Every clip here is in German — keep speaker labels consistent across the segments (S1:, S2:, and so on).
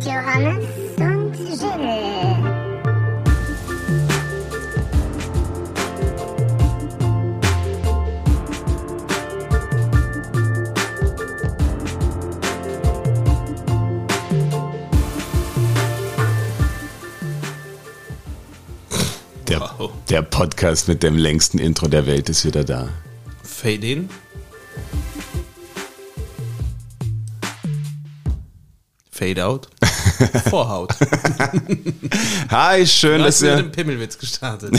S1: Johannes und Jill.
S2: Der,
S3: Wow.
S2: der Podcast mit dem längsten Intro der Welt ist wieder da.
S3: Fade in. Fade out. Vorhaut.
S2: Hi, schön,
S3: Du hast
S2: dass
S3: mit dem
S2: ihr,
S3: Pimmelwitz gestartet.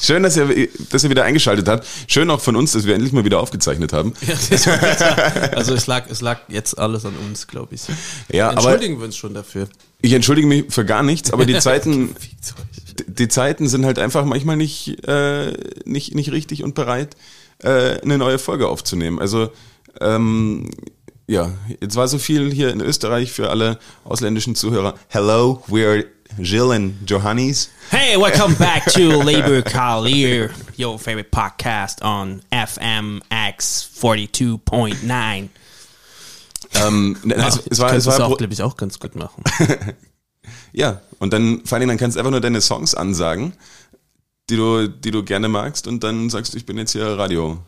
S2: schön dass, ihr, dass ihr wieder eingeschaltet habt. Schön auch von uns, dass wir endlich mal wieder aufgezeichnet haben.
S3: Ja, das war klar. also es lag, es lag jetzt alles an uns, glaube ich.
S2: Ja, aber
S3: Entschuldigen wir uns schon dafür.
S2: ich entschuldige mich für gar nichts, aber die Zeiten,
S3: Fickt euch.
S2: die Zeiten sind halt einfach manchmal nicht, äh, nicht, nicht richtig und bereit, äh, eine neue Folge aufzunehmen. Also ähm, ja, jetzt war so viel hier in Österreich für alle ausländischen Zuhörer. Hello, we're Jill and Johannes.
S4: Hey, welcome back to Labor Collier, your favorite podcast on FMX 42.9.
S2: Ähm, also, es war, es
S3: Kannst du
S2: war
S3: es auch,
S2: pro-
S3: glaube ich, auch ganz gut machen.
S2: Ja, und dann, vor allen Dingen, dann kannst du einfach nur deine Songs ansagen, die du, die du gerne magst, und dann sagst du, ich bin jetzt hier Radio.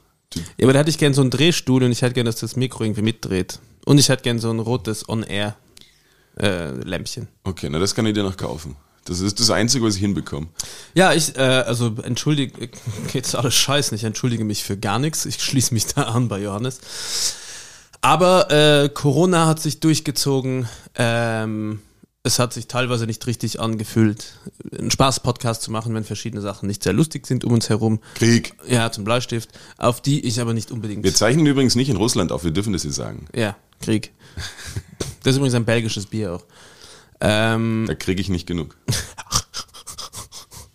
S3: Ja, aber da hätte ich gern so einen Drehstuhl und ich hätte gern, dass das Mikro irgendwie mitdreht. Und ich hätte gern so ein rotes äh, On-Air-Lämpchen.
S2: Okay, na, das kann ich dir noch kaufen. Das ist das Einzige, was ich hinbekomme.
S3: Ja, ich, äh, also entschuldige, geht's alles scheiße, ich entschuldige mich für gar nichts. Ich schließe mich da an bei Johannes. Aber äh, Corona hat sich durchgezogen. Ähm, es hat sich teilweise nicht richtig angefühlt, einen Spaß-Podcast zu machen, wenn verschiedene Sachen nicht sehr lustig sind um uns herum.
S2: Krieg.
S3: Ja, zum Bleistift, auf die ich aber nicht unbedingt.
S2: Wir zeichnen übrigens nicht in Russland auf, wir dürfen das hier sagen.
S3: Ja, Krieg. Das ist übrigens ein belgisches Bier auch. Ähm,
S2: Da kriege ich nicht genug.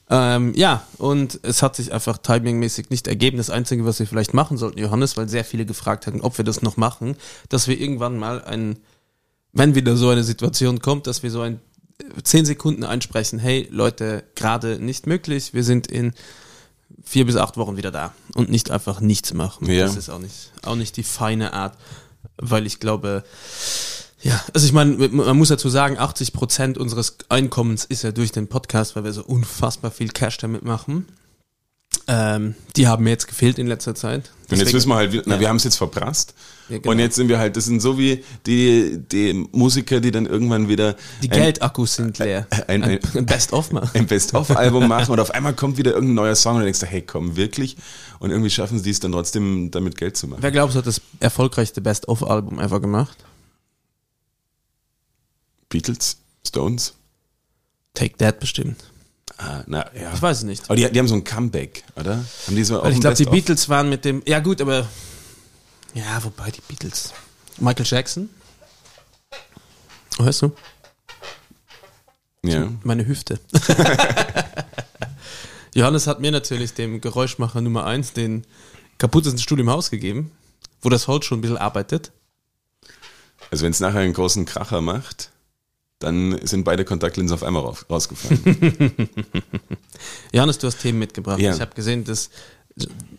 S3: Ähm, ja, und es hat sich einfach timingmäßig nicht ergeben. Das Einzige, was wir vielleicht machen sollten, Johannes, weil sehr viele gefragt hatten, ob wir das noch machen, dass wir irgendwann mal ein, wenn wieder so eine Situation kommt, dass wir so ein äh, 10 Sekunden einsprechen, hey Leute, gerade nicht möglich, wir sind in vier bis acht Wochen wieder da und nicht einfach nichts machen.
S2: Ja.
S3: Das ist auch nicht, auch nicht die feine Art, weil ich glaube, ja, also ich meine, man muss dazu sagen, 80 Prozent unseres Einkommens ist ja durch den Podcast, weil wir so unfassbar viel Cash damit machen. Ähm, die haben mir jetzt gefehlt in letzter Zeit.
S2: Und jetzt
S3: Deswegen-
S2: wissen wir halt, wie- na, wir haben es jetzt verprasst.
S3: Ja, genau.
S2: Und jetzt sind wir halt, das sind so wie die, die Musiker, die dann irgendwann wieder
S3: die
S2: ein-
S3: Geldakkus sind leer.
S2: ein- ein-
S3: Best-of mal.
S2: ein Best-of-Album machen und auf einmal kommt wieder irgendein neuer Song und du denkst, du, hey, komm, wirklich? Und irgendwie schaffen sie es dann trotzdem, damit Geld zu machen.
S3: Wer glaubst du, hat das erfolgreichste Best-of-Album ever gemacht?
S2: Beatles, Stones.
S3: Take That bestimmt.
S2: Ah, na, ja.
S3: Ich weiß es nicht.
S2: Aber die, die haben so ein Comeback, oder? Haben die so auch
S3: Weil ich
S2: ein
S3: glaube, die
S2: Best-of?
S3: Beatles waren mit dem. Ja, gut, aber. Ja, wobei die Beatles. Michael Jackson? Hörst du?
S2: Ja.
S3: Meine Hüfte. Johannes hat mir natürlich dem Geräuschmacher Nummer 1 den kaputtesten Stuhl im Haus gegeben, wo das Holz schon ein bisschen arbeitet.
S2: Also wenn es nachher einen großen Kracher macht, dann sind beide Kontaktlinsen auf einmal rauf, rausgefallen.
S3: Johannes, du hast Themen mitgebracht.
S2: Ja.
S3: Ich habe gesehen, dass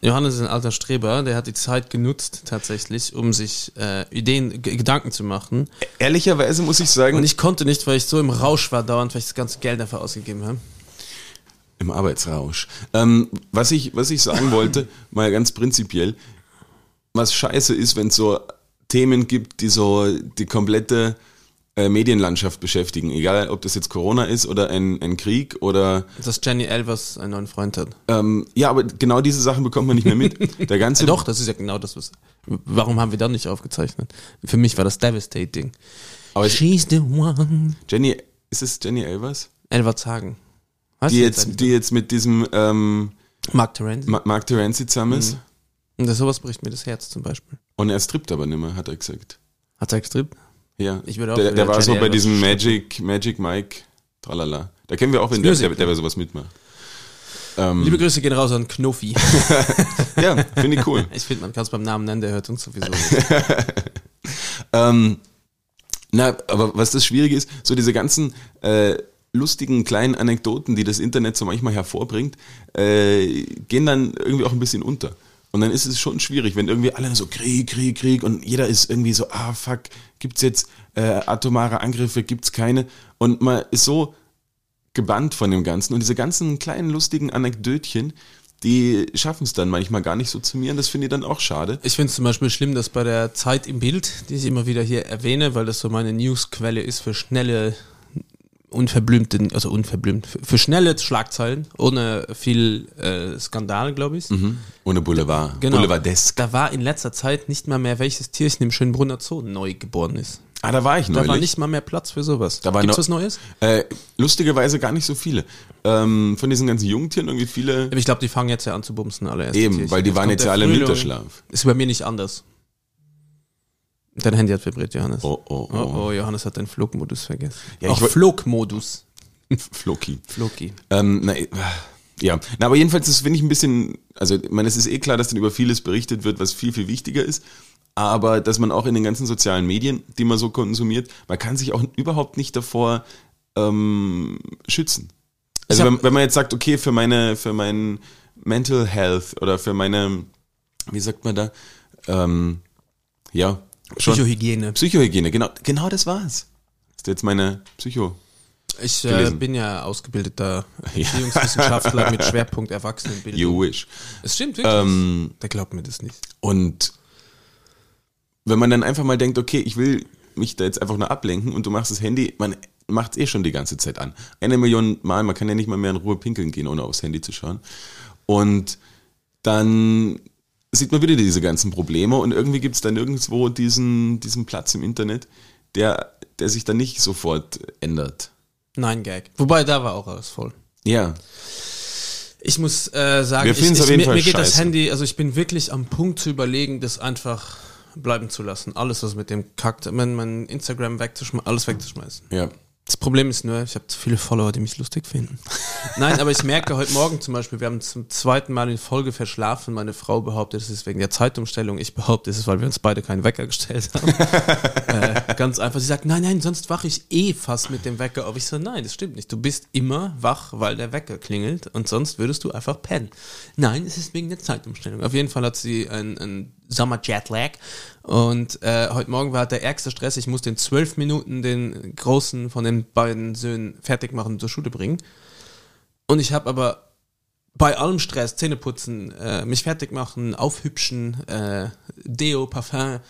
S3: Johannes ist ein alter Streber, der hat die Zeit genutzt tatsächlich, um sich äh, Ideen, G Gedanken zu machen.
S2: Ehrlicherweise muss ich sagen,
S3: Und ich konnte nicht, weil ich so im Rausch war dauernd, weil ich das ganze Geld dafür ausgegeben habe.
S2: im Arbeitsrausch. Ähm, was, ich, was ich sagen wollte, mal ganz prinzipiell, was scheiße ist, wenn es so Themen gibt, die so die komplette äh, Medienlandschaft beschäftigen. Egal, ob das jetzt Corona ist oder ein, ein Krieg oder
S3: Dass Jenny Elvers einen neuen Freund hat.
S2: ähm, ja, aber genau diese Sachen bekommt man nicht mehr mit. Der ganze
S3: Doch, das ist ja genau das, was. Warum haben wir dann nicht aufgezeichnet? Für mich war das devastating.
S2: Aber ich-
S3: She's the one.
S2: Jenny, ist es Jenny Elvers?
S3: Elvers Hagen. Weißt
S2: Die
S3: du
S2: jetzt,
S3: eigentlich?
S2: die jetzt mit diesem ähm,
S3: Mark Terenzi.
S2: Ma- Mark Terenzi zusammen ist.
S3: Und das, sowas bricht mir das Herz zum Beispiel.
S2: Und er strippt aber nimmer, hat er gesagt.
S3: Hat er gestrippt?
S2: Ja.
S3: Ich würde auch
S2: der, der
S3: wieder
S2: war so
S3: Jenny
S2: bei
S3: Elvers
S2: diesem Magic, Magic Mike, tralala. Da kennen wir auch, wenn der, der,
S3: Musical.
S2: der bei sowas mitmacht. Ähm,
S3: Liebe Grüße gehen raus an Knuffi.
S2: ja, finde ich cool.
S3: Ich finde, man kann es beim Namen nennen, der hört uns sowieso.
S2: Ähm, na, aber was das Schwierige ist, so diese ganzen äh, lustigen kleinen Anekdoten, die das Internet so manchmal hervorbringt, äh, gehen dann irgendwie auch ein bisschen unter. Und dann ist es schon schwierig, wenn irgendwie alle so Krieg, Krieg, Krieg und jeder ist irgendwie so, ah fuck, gibt's jetzt äh, atomare Angriffe, gibt's keine. Und man ist so gebannt von dem Ganzen. Und diese ganzen kleinen lustigen Anekdötchen, die schaffen es dann manchmal gar nicht so zu mir und das finde ich dann auch schade.
S3: Ich finde es zum Beispiel schlimm, dass bei der Zeit im Bild, die ich immer wieder hier erwähne, weil das so meine Newsquelle ist für schnelle, unverblümte, also unverblümt, für, für schnelle Schlagzeilen, ohne viel äh, Skandal, glaube ich.
S2: Ohne Boulevard,
S3: Genau.
S2: Boulevardesk.
S3: Da war in letzter Zeit nicht mal mehr, welches Tierchen im Schönbrunner Zoo neu geboren ist.
S2: Ah, da war ich
S3: Da
S2: neulich.
S3: war nicht mal mehr Platz für sowas.
S2: Da war
S3: Gibt's
S2: noch-
S3: was Neues?
S2: Äh, lustigerweise gar nicht so viele. Ähm, von diesen ganzen Jungtieren irgendwie viele.
S3: Aber Ich glaube, die fangen jetzt ja an zu bumsen, alle erst.
S2: Eben, weil die waren jetzt ja alle im Winterschlaf.
S3: Ist bei mir nicht anders. Dein Handy hat vibriert, Johannes.
S2: Oh, oh,
S3: Oh,
S2: oh.
S3: oh, Johannes hat den Flugmodus vergessen.
S2: Ja, ich
S3: Auch
S2: wollt-
S3: Flugmodus.
S2: Floki.
S3: Floki.
S2: Ähm, na, äh, ja, na, aber jedenfalls, das finde ich ein bisschen, also ich meine, es ist eh klar, dass dann über vieles berichtet wird, was viel, viel wichtiger ist. Aber dass man auch in den ganzen sozialen Medien, die man so konsumiert, man kann sich auch überhaupt nicht davor ähm, schützen. Also
S3: Ich hab-
S2: wenn, wenn man jetzt sagt, okay, für meine, für mein Mental Health oder für meine, wie sagt man da, ähm, ja, schon-
S3: Psychohygiene.
S2: Psychohygiene, genau, genau das war's. Das ist jetzt meine Psycho.
S3: Ich äh,
S2: Gelesen.
S3: bin ja ausgebildeter Erziehungswissenschaftler mit Schwerpunkt Erwachsenenbildung.
S2: You wish.
S3: Es stimmt wirklich.
S2: Ähm,
S3: Der glaubt mir das nicht.
S2: Und wenn man dann einfach mal denkt, okay, ich will mich da jetzt einfach nur ablenken und du machst das Handy, man macht es eh schon die ganze Zeit an. Eine Million Mal, man kann ja nicht mal mehr in Ruhe pinkeln gehen, ohne aufs Handy zu schauen. Und dann sieht man wieder diese ganzen Probleme und irgendwie gibt es dann nirgendwo diesen, diesen Platz im Internet, der, der sich dann nicht sofort ändert.
S3: Nein, Gag. Wobei, da war auch alles voll.
S2: Ja,
S3: Ich muss äh, sagen,
S2: Wir
S3: ich,
S2: finden's
S3: ich,
S2: auf jeden
S3: mir,
S2: Fall
S3: mir geht das
S2: scheiße.
S3: Handy, also ich bin wirklich am Punkt zu überlegen, das einfach bleiben zu lassen. Alles, was mit dem kackt, mein, mein Instagram wegzuschmeißen, alles wegzuschmeißen.
S2: ja.
S3: Das Problem ist nur, ich habe zu viele Follower, die mich lustig finden. Nein, aber ich merke heute Morgen zum Beispiel, wir haben zum zweiten Mal in Folge verschlafen. Meine Frau behauptet, es ist wegen der Zeitumstellung. Ich behaupte, es ist, weil wir uns beide keinen Wecker gestellt haben. äh, ganz einfach. Sie sagt, nein, nein, sonst wache ich eh fast mit dem Wecker auf. Ich so, nein, das stimmt nicht. Du bist immer wach, weil der Wecker klingelt und sonst würdest du einfach pennen. Nein, es ist wegen der Zeitumstellung. Auf jeden Fall hat sie einen, einen Sommer-Jetlag und äh, heute Morgen war der ärgste Stress. Ich musste in zwölf Minuten den Großen von den beiden Söhnen fertig machen und zur Schule bringen. Und ich habe aber bei allem Stress, Zähneputzen, äh, mich fertig machen, aufhübschen, äh, Deo, Parfum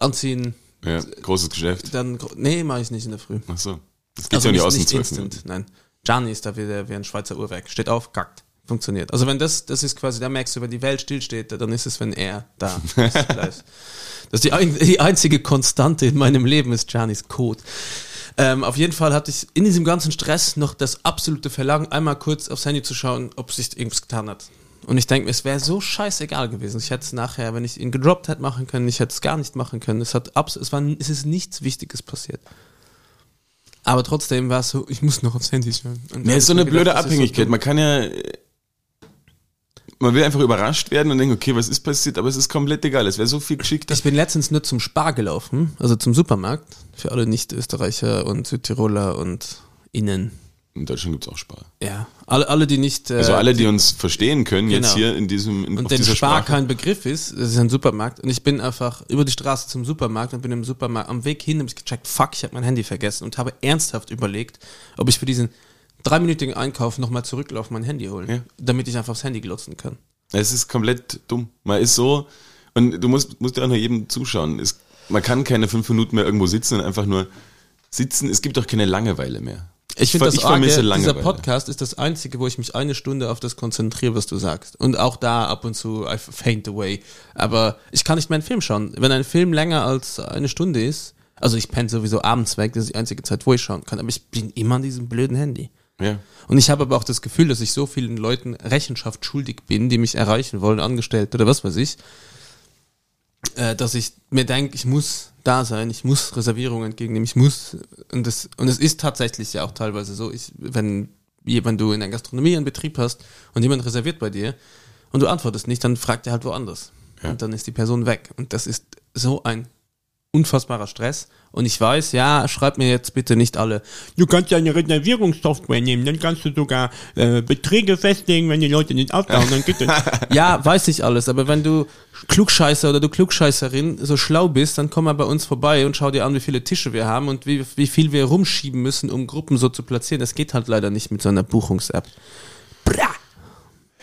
S3: anziehen,
S2: ja. Großes Geschäft.
S3: dann, gro- nee, mache ich nicht in der Früh.
S2: Ach so. Das geht ja nicht aus in
S3: Also nicht
S2: zwölf Minuten.
S3: instant, nein. Gianni ist da wieder wie ein Schweizer Uhrwerk. Steht auf, kackt. Funktioniert. Also wenn das, das ist quasi, da merkst du, wenn die Welt stillsteht, dann ist es, wenn er da ist. vielleicht. das ist die, ein, die einzige Konstante in meinem Leben, ist Giannis Code. Ähm, auf jeden Fall hatte ich in diesem ganzen Stress noch das absolute Verlangen, einmal kurz aufs Handy zu schauen, ob sich irgendwas getan hat. Und ich denke mir, es wäre so scheißegal gewesen. Ich hätte es nachher, wenn ich ihn gedroppt hätte, machen können. Ich hätte es gar nicht machen können. Es, hat abs es, war, es ist nichts Wichtiges passiert. Aber trotzdem war es so, ich muss noch aufs Handy schauen. Und
S2: Ne,
S3: dann
S2: ist so
S3: hab
S2: eine
S3: ich mir
S2: blöde
S3: gedacht, das ist so
S2: Abhängigkeit.
S3: dumm.
S2: man kann ja. äh, Man will einfach überrascht werden und denken, okay, was ist passiert, aber es ist komplett egal. Es wäre so viel geschickter.
S3: Ich bin letztens nur zum Spar gelaufen, also zum Supermarkt. Für alle Nicht-Österreicher und Südtiroler und Innen.
S2: In Deutschland gibt es auch Spar.
S3: Ja, alle, alle die nicht... äh,
S2: Also alle, Äh, die uns verstehen können, jetzt
S3: Genau.
S2: hier in diesem in,
S3: und den Spar kein Begriff ist, das ist ein Supermarkt und ich bin einfach über die Straße zum Supermarkt und bin im Supermarkt am Weg hin, habe ich gecheckt, fuck, ich habe mein Handy vergessen und habe ernsthaft überlegt, ob ich für diesen dreiminütigen Einkauf nochmal zurücklaufen mein Handy holen,
S2: Ja.
S3: damit ich einfach aufs Handy glotzen kann.
S2: Es ist komplett dumm. Man ist so. Und du musst, musst ja auch nur jedem zuschauen. Es, man kann keine fünf Minuten mehr irgendwo sitzen und einfach nur sitzen. Es gibt auch keine Langeweile mehr.
S3: Ich
S2: ver-
S3: finde das
S2: ich vermisse
S3: arge, dieser
S2: Langeweile.
S3: Podcast ist das einzige, wo ich mich eine Stunde auf das konzentriere, was du sagst. Und auch da ab und zu I faint away. Aber ich kann nicht mehr einen Film schauen. Wenn ein Film länger als eine Stunde ist, also ich penne sowieso abends weg, das ist die einzige Zeit, wo ich schauen kann. Aber ich bin immer an diesem blöden Handy.
S2: Ja.
S3: Und ich habe aber auch das Gefühl, dass ich so vielen Leuten Rechenschaft schuldig bin, die mich erreichen wollen, Angestellte oder was weiß ich, äh, dass ich mir denke, ich muss da sein, ich muss Reservierungen entgegennehmen, ich muss, und das, und es ist tatsächlich ja auch teilweise so, ich, wenn, je- wenn du in der Gastronomie einen Betrieb hast und jemand reserviert bei dir und du antwortest nicht, dann fragt er halt woanders.
S2: Ja.
S3: Und dann ist die Person weg. Und das ist so ein unfassbarer Stress. Und ich weiß, ja, schreibt mir jetzt bitte nicht alle, du kannst ja eine Reservierungssoftware nehmen, dann kannst du sogar äh, Beträge festlegen, wenn die Leute nicht auftauchen, dann geht das. ja, weiß ich alles, aber wenn du Klugscheißer oder du Klugscheißerin so schlau bist, dann komm mal bei uns vorbei und schau dir an, wie viele Tische wir haben und wie, wie viel wir rumschieben müssen, um Gruppen so zu platzieren. Das geht halt leider nicht mit so einer Buchungs-App.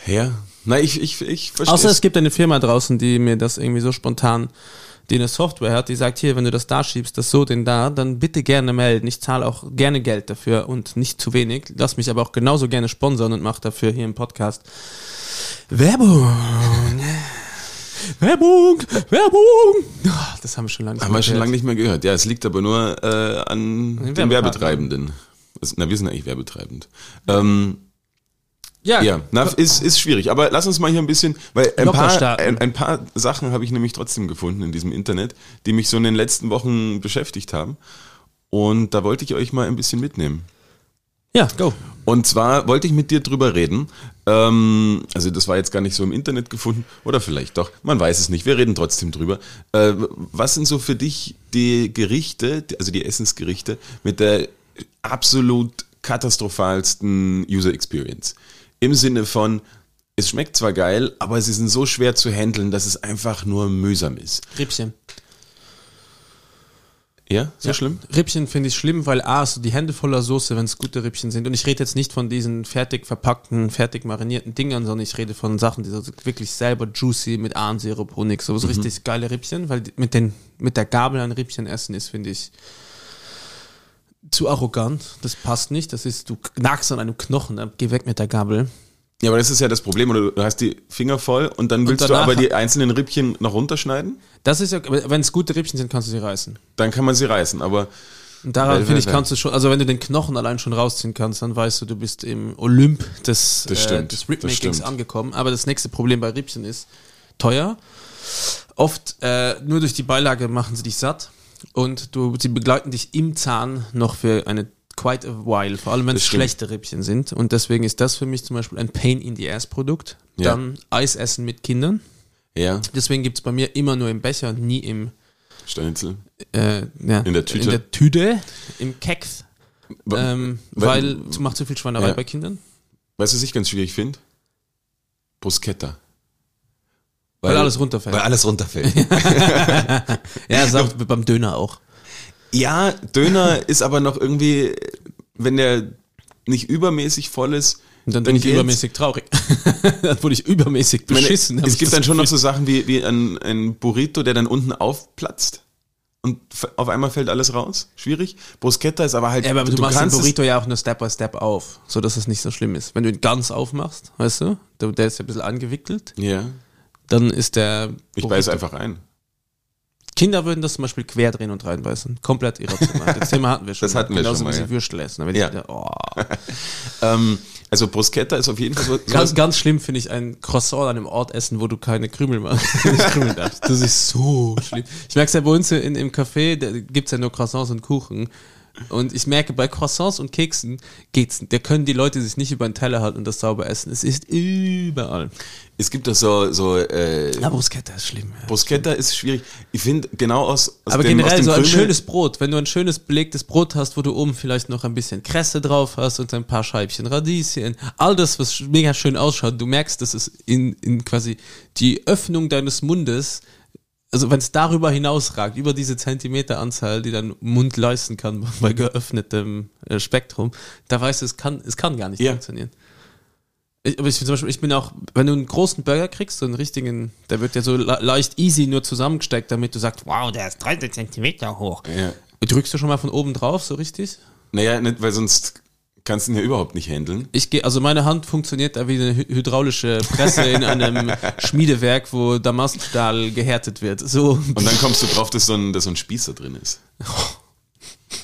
S2: Ja. Na, ich, ich, ich verstehe.
S3: Außer es gibt eine Firma draußen, die mir das irgendwie so spontan, die eine Software hat, die sagt, hier, wenn du das da schiebst, das so, den da, dann bitte gerne melden. Ich zahle auch gerne Geld dafür und nicht zu wenig. Lass mich aber auch genauso gerne sponsern und mach dafür hier im Podcast Werbung. Werbung, Werbung. Ah, Das haben wir schon lange nicht
S2: Haben wir
S3: mehr
S2: schon lange
S3: gehört.
S2: nicht mehr gehört. Ja, es liegt aber nur äh, an den,
S3: Werbepartner.
S2: Werbetreibenden. Das- Na, wir sind eigentlich werbetreibend. Ähm,
S3: Ja,
S2: ja, na, ist, ist schwierig. Aber lass uns mal hier ein bisschen, weil ein
S3: Ah. Locker
S2: paar,
S3: starten.
S2: ein, ein paar Sachen habe ich nämlich trotzdem gefunden in diesem Internet, die mich so in den letzten Wochen beschäftigt haben. Und da wollte ich euch mal ein bisschen mitnehmen.
S3: ja, go.
S2: Und zwar wollte ich mit dir drüber reden. Ähm, also das war jetzt gar nicht so im Internet gefunden oder vielleicht doch. Man weiß es nicht. Wir reden trotzdem drüber. Äh, was sind so für dich die Gerichte, also die Essensgerichte mit der absolut katastrophalsten User Experience? Im Sinne von es schmeckt zwar geil, aber sie sind so schwer zu handeln, dass es einfach nur mühsam ist.
S3: Rippchen.
S2: Ja, so schlimm?
S3: Rippchen finde ich schlimm, weil A, hast du die Hände voller Soße, wenn es gute Rippchen sind. Und ich rede jetzt nicht von diesen fertig verpackten, fertig marinierten Dingern, sondern ich rede von Sachen, die so wirklich selber juicy mit Ahrensirup, Honig, so so richtig geile Rippchen, weil die- mit, den, mit der Gabel ein Rippchen essen ist, finde ich zu arrogant. Das passt nicht. Das ist, du knackst an einem Knochen, dann geh weg mit der Gabel.
S2: Ja, aber das ist ja das Problem. Oder du hast die Finger voll und dann willst du
S3: danach-
S2: aber die einzelnen Rippchen noch runterschneiden?
S3: Das ist ja, wenn es gute Rippchen sind, kannst du sie reißen.
S2: Dann kann man sie reißen, aber
S3: Und daran
S2: Weil,
S3: finde ich,
S2: weil, weil.
S3: kannst du schon, also wenn du den Knochen allein schon rausziehen kannst, dann weißt du, du bist im Olymp
S2: Das
S3: des, äh,
S2: stimmt,
S3: des
S2: das
S3: Ripmakings
S2: stimmt.
S3: angekommen. Aber das nächste Problem bei Rippchen ist teuer. Oft äh, nur durch die Beilage machen sie dich satt und du, sie begleiten dich im Zahn noch für eine quite a while, vor allem wenn es
S2: stimmt.
S3: schlechte Rippchen sind. Und deswegen ist das für mich zum Beispiel ein Pain in the Ass Produkt.
S2: Ja.
S3: Dann Eis essen mit Kindern.
S2: Ja,
S3: Deswegen gibt es bei mir immer nur im Becher und nie im
S2: Schnitzel.
S3: äh, ja,
S2: In der Tüte.
S3: in der Tüte, im Keks.
S2: We-
S3: Ähm,
S2: we-
S3: weil es macht zu viel Schweinerei
S2: Ja.
S3: bei Kindern.
S2: weißt du, was ich ganz schwierig finde? Bruschetta.
S3: Weil, alles runterfällt.
S2: Weil alles runterfällt.
S3: ja, sagt beim Döner auch.
S2: ja, Döner ist aber noch irgendwie, wenn der nicht übermäßig voll ist,
S3: Und dann bin ich
S2: geht's.
S3: übermäßig traurig. dann wurde ich übermäßig
S2: Ich meine,
S3: beschissen. hab
S2: Es
S3: ich
S2: gibt
S3: das
S2: dann schon noch
S3: Gefühl.
S2: so Sachen wie, wie ein, ein Burrito, der dann unten aufplatzt. Und f- auf einmal fällt alles raus. Schwierig. Bruschetta ist aber halt.
S3: Ja, aber du, machst den
S2: kannst es-
S3: Burrito ja auch nur Step by Step auf, sodass es nicht so schlimm ist. Wenn du ihn ganz aufmachst, weißt du, der, der ist ja ein bisschen angewickelt,
S2: Ja.
S3: dann ist der.
S2: Ich
S3: Burrito-
S2: beiß einfach ein.
S3: Kinder würden das zum Beispiel quer drehen und reinbeißen. Komplett irrational. Das Thema hatten wir schon.
S2: Das hatten wir
S3: Genauso
S2: schon mal,
S3: wie
S2: ja.
S3: sie Würstel essen. Aber
S2: Ja.
S3: die, oh.
S2: Ähm, also Bruschetta ist auf jeden Fall so.
S3: Ganz, ganz schlimm finde ich ein Croissant an einem Ort essen, wo du keine Krümel machst. nicht Krümel darfst. Das ist so schlimm. Ich merke es ja bei uns in, im Café, da gibt es ja nur Croissants und Kuchen. Und ich merke, bei Croissants und Keksen geht's. Da können die Leute sich nicht über den Teller halten und das sauber essen. Es ist überall.
S2: es gibt doch so, so äh,
S3: La Bruschetta ist schlimm. Ja.
S2: Bruschetta ist schwierig. Ich finde genau aus, aus
S3: Aber
S2: dem- aus
S3: generell
S2: dem
S3: so ein
S2: Krümel-
S3: schönes Brot, wenn du ein schönes belegtes Brot hast, wo du oben vielleicht noch ein bisschen Kresse drauf hast und ein paar Scheibchen Radieschen, all das, was sch- mega schön ausschaut, du merkst, dass es in, in quasi die Öffnung deines Mundes, also wenn es darüber hinausragt, über diese Zentimeteranzahl, die dein Mund leisten kann bei geöffnetem äh, Spektrum, da weißt du, es kann, es kann gar nicht
S2: Ja.
S3: funktionieren. Ich, aber ich bin zum Beispiel, ich bin auch, wenn du einen großen Burger kriegst, so einen richtigen, der wird ja so le- leicht easy nur zusammengesteckt, damit du sagst,
S4: Wow, der ist 13 Zentimeter hoch.
S2: Ja.
S3: Drückst du schon mal von oben drauf, so richtig?
S2: Naja, nicht, weil sonst kannst du ihn ja überhaupt nicht handeln.
S3: Ich gehe, also meine Hand funktioniert da wie eine hy- hydraulische Presse in einem Schmiedewerk, wo Damaststahl gehärtet wird. So.
S2: Und dann kommst du drauf, dass so ein, dass so ein Spieß da drin ist.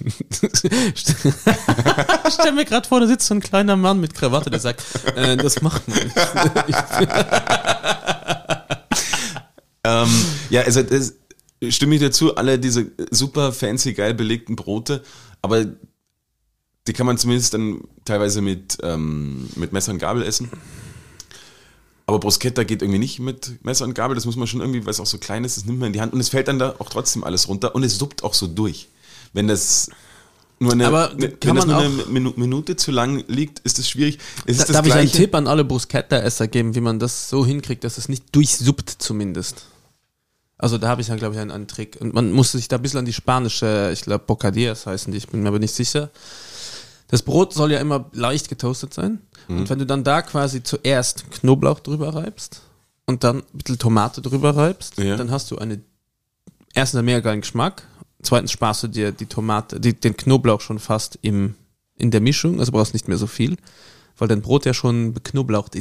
S3: Stell mir gerade vor, da sitzt so ein kleiner Mann mit Krawatte, der sagt, äh, das macht man nicht.
S2: Ähm, ja, also das, stimme ich dazu, alle diese super fancy, geil belegten Brote, aber die kann man zumindest dann teilweise mit, ähm, mit Messer und Gabel essen. Aber Bruschetta geht irgendwie nicht mit Messer und Gabel. Das muss man schon irgendwie, weil es auch so klein ist, das nimmt man in die Hand. Und es fällt dann da auch trotzdem alles runter. Und es suppt auch so durch. Wenn das nur eine,
S3: Aber
S2: ne-
S3: kann
S2: wenn das
S3: man
S2: nur eine
S3: auch-
S2: Minu- Minute zu lang liegt, ist es schwierig. Es ist
S3: Da,
S2: das
S3: darf ich einen
S2: Gleiche.
S3: Tipp an alle Bruschetta-Esser geben, wie man das so hinkriegt, dass es nicht durchsuppt zumindest. Also da habe ich dann, glaube ich, einen, einen Trick. Und man muss sich da ein bisschen an die spanische, ich glaube, Bocadillas heißen die, ich bin mir aber nicht sicher. Das Brot soll ja immer leicht getoastet sein. Und wenn du dann da quasi zuerst Knoblauch drüber reibst und dann ein bisschen Tomate drüber reibst,
S2: Ja.
S3: dann hast du eine erstens einen mega geilen Geschmack, zweitens sparst du dir die Tomate, die, den Knoblauch schon fast im, in der Mischung, also brauchst nicht mehr so viel, weil dein Brot ja schon beknoblaucht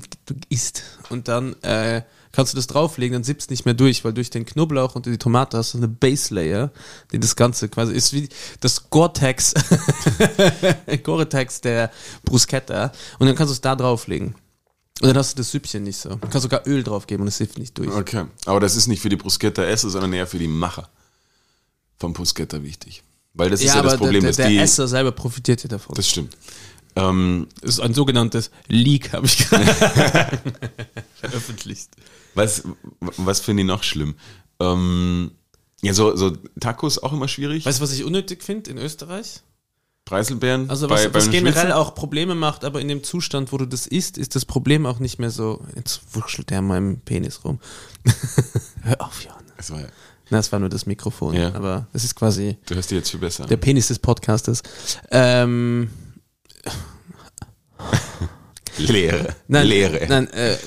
S3: ist. Und dann äh, kannst du das drauflegen, dann sippst nicht mehr durch, weil durch den Knoblauch und die Tomate hast du eine Base Layer, die das Ganze quasi ist wie das Gore-Tex, Gore-Tex der Bruschetta. Und dann kannst du es da drauflegen. Und dann hast du das Süppchen nicht so. Du kannst sogar Öl draufgeben und es sippt nicht durch.
S2: Okay. Aber das ist nicht für die Bruschetta-Esser, sondern eher für die Macher vom Bruschetta wichtig. Weil das ist ja das Problem,
S3: der,
S2: dass
S3: der,
S2: die.
S3: der Esser selber profitiert ja davon.
S2: das stimmt. Ähm,
S3: Das ist ein sogenanntes Leak, habe ich gerade veröffentlicht.
S2: was was finde ich noch schlimm? Ähm, ja, so, so Tacos auch immer schwierig.
S3: Weißt du, was ich unnötig finde in Österreich?
S2: Preiselbeeren.
S3: Also was,
S2: bei-
S3: was
S2: beim
S3: generell
S2: Schnitzen?
S3: auch Probleme macht, aber in dem Zustand, wo du das isst, ist das Problem auch nicht mehr so, jetzt wuschelt der an meinem Penis rum. Hör auf, Johann.
S2: Das war ja-
S3: Na, das war nur das Mikrofon,
S2: Ja.
S3: aber das ist quasi
S2: Du hörst dich jetzt viel besser. an.
S3: der Penis des Podcasters. Ähm,
S2: Leere.
S3: Nein,
S2: Leere.
S3: Nein, äh, äh,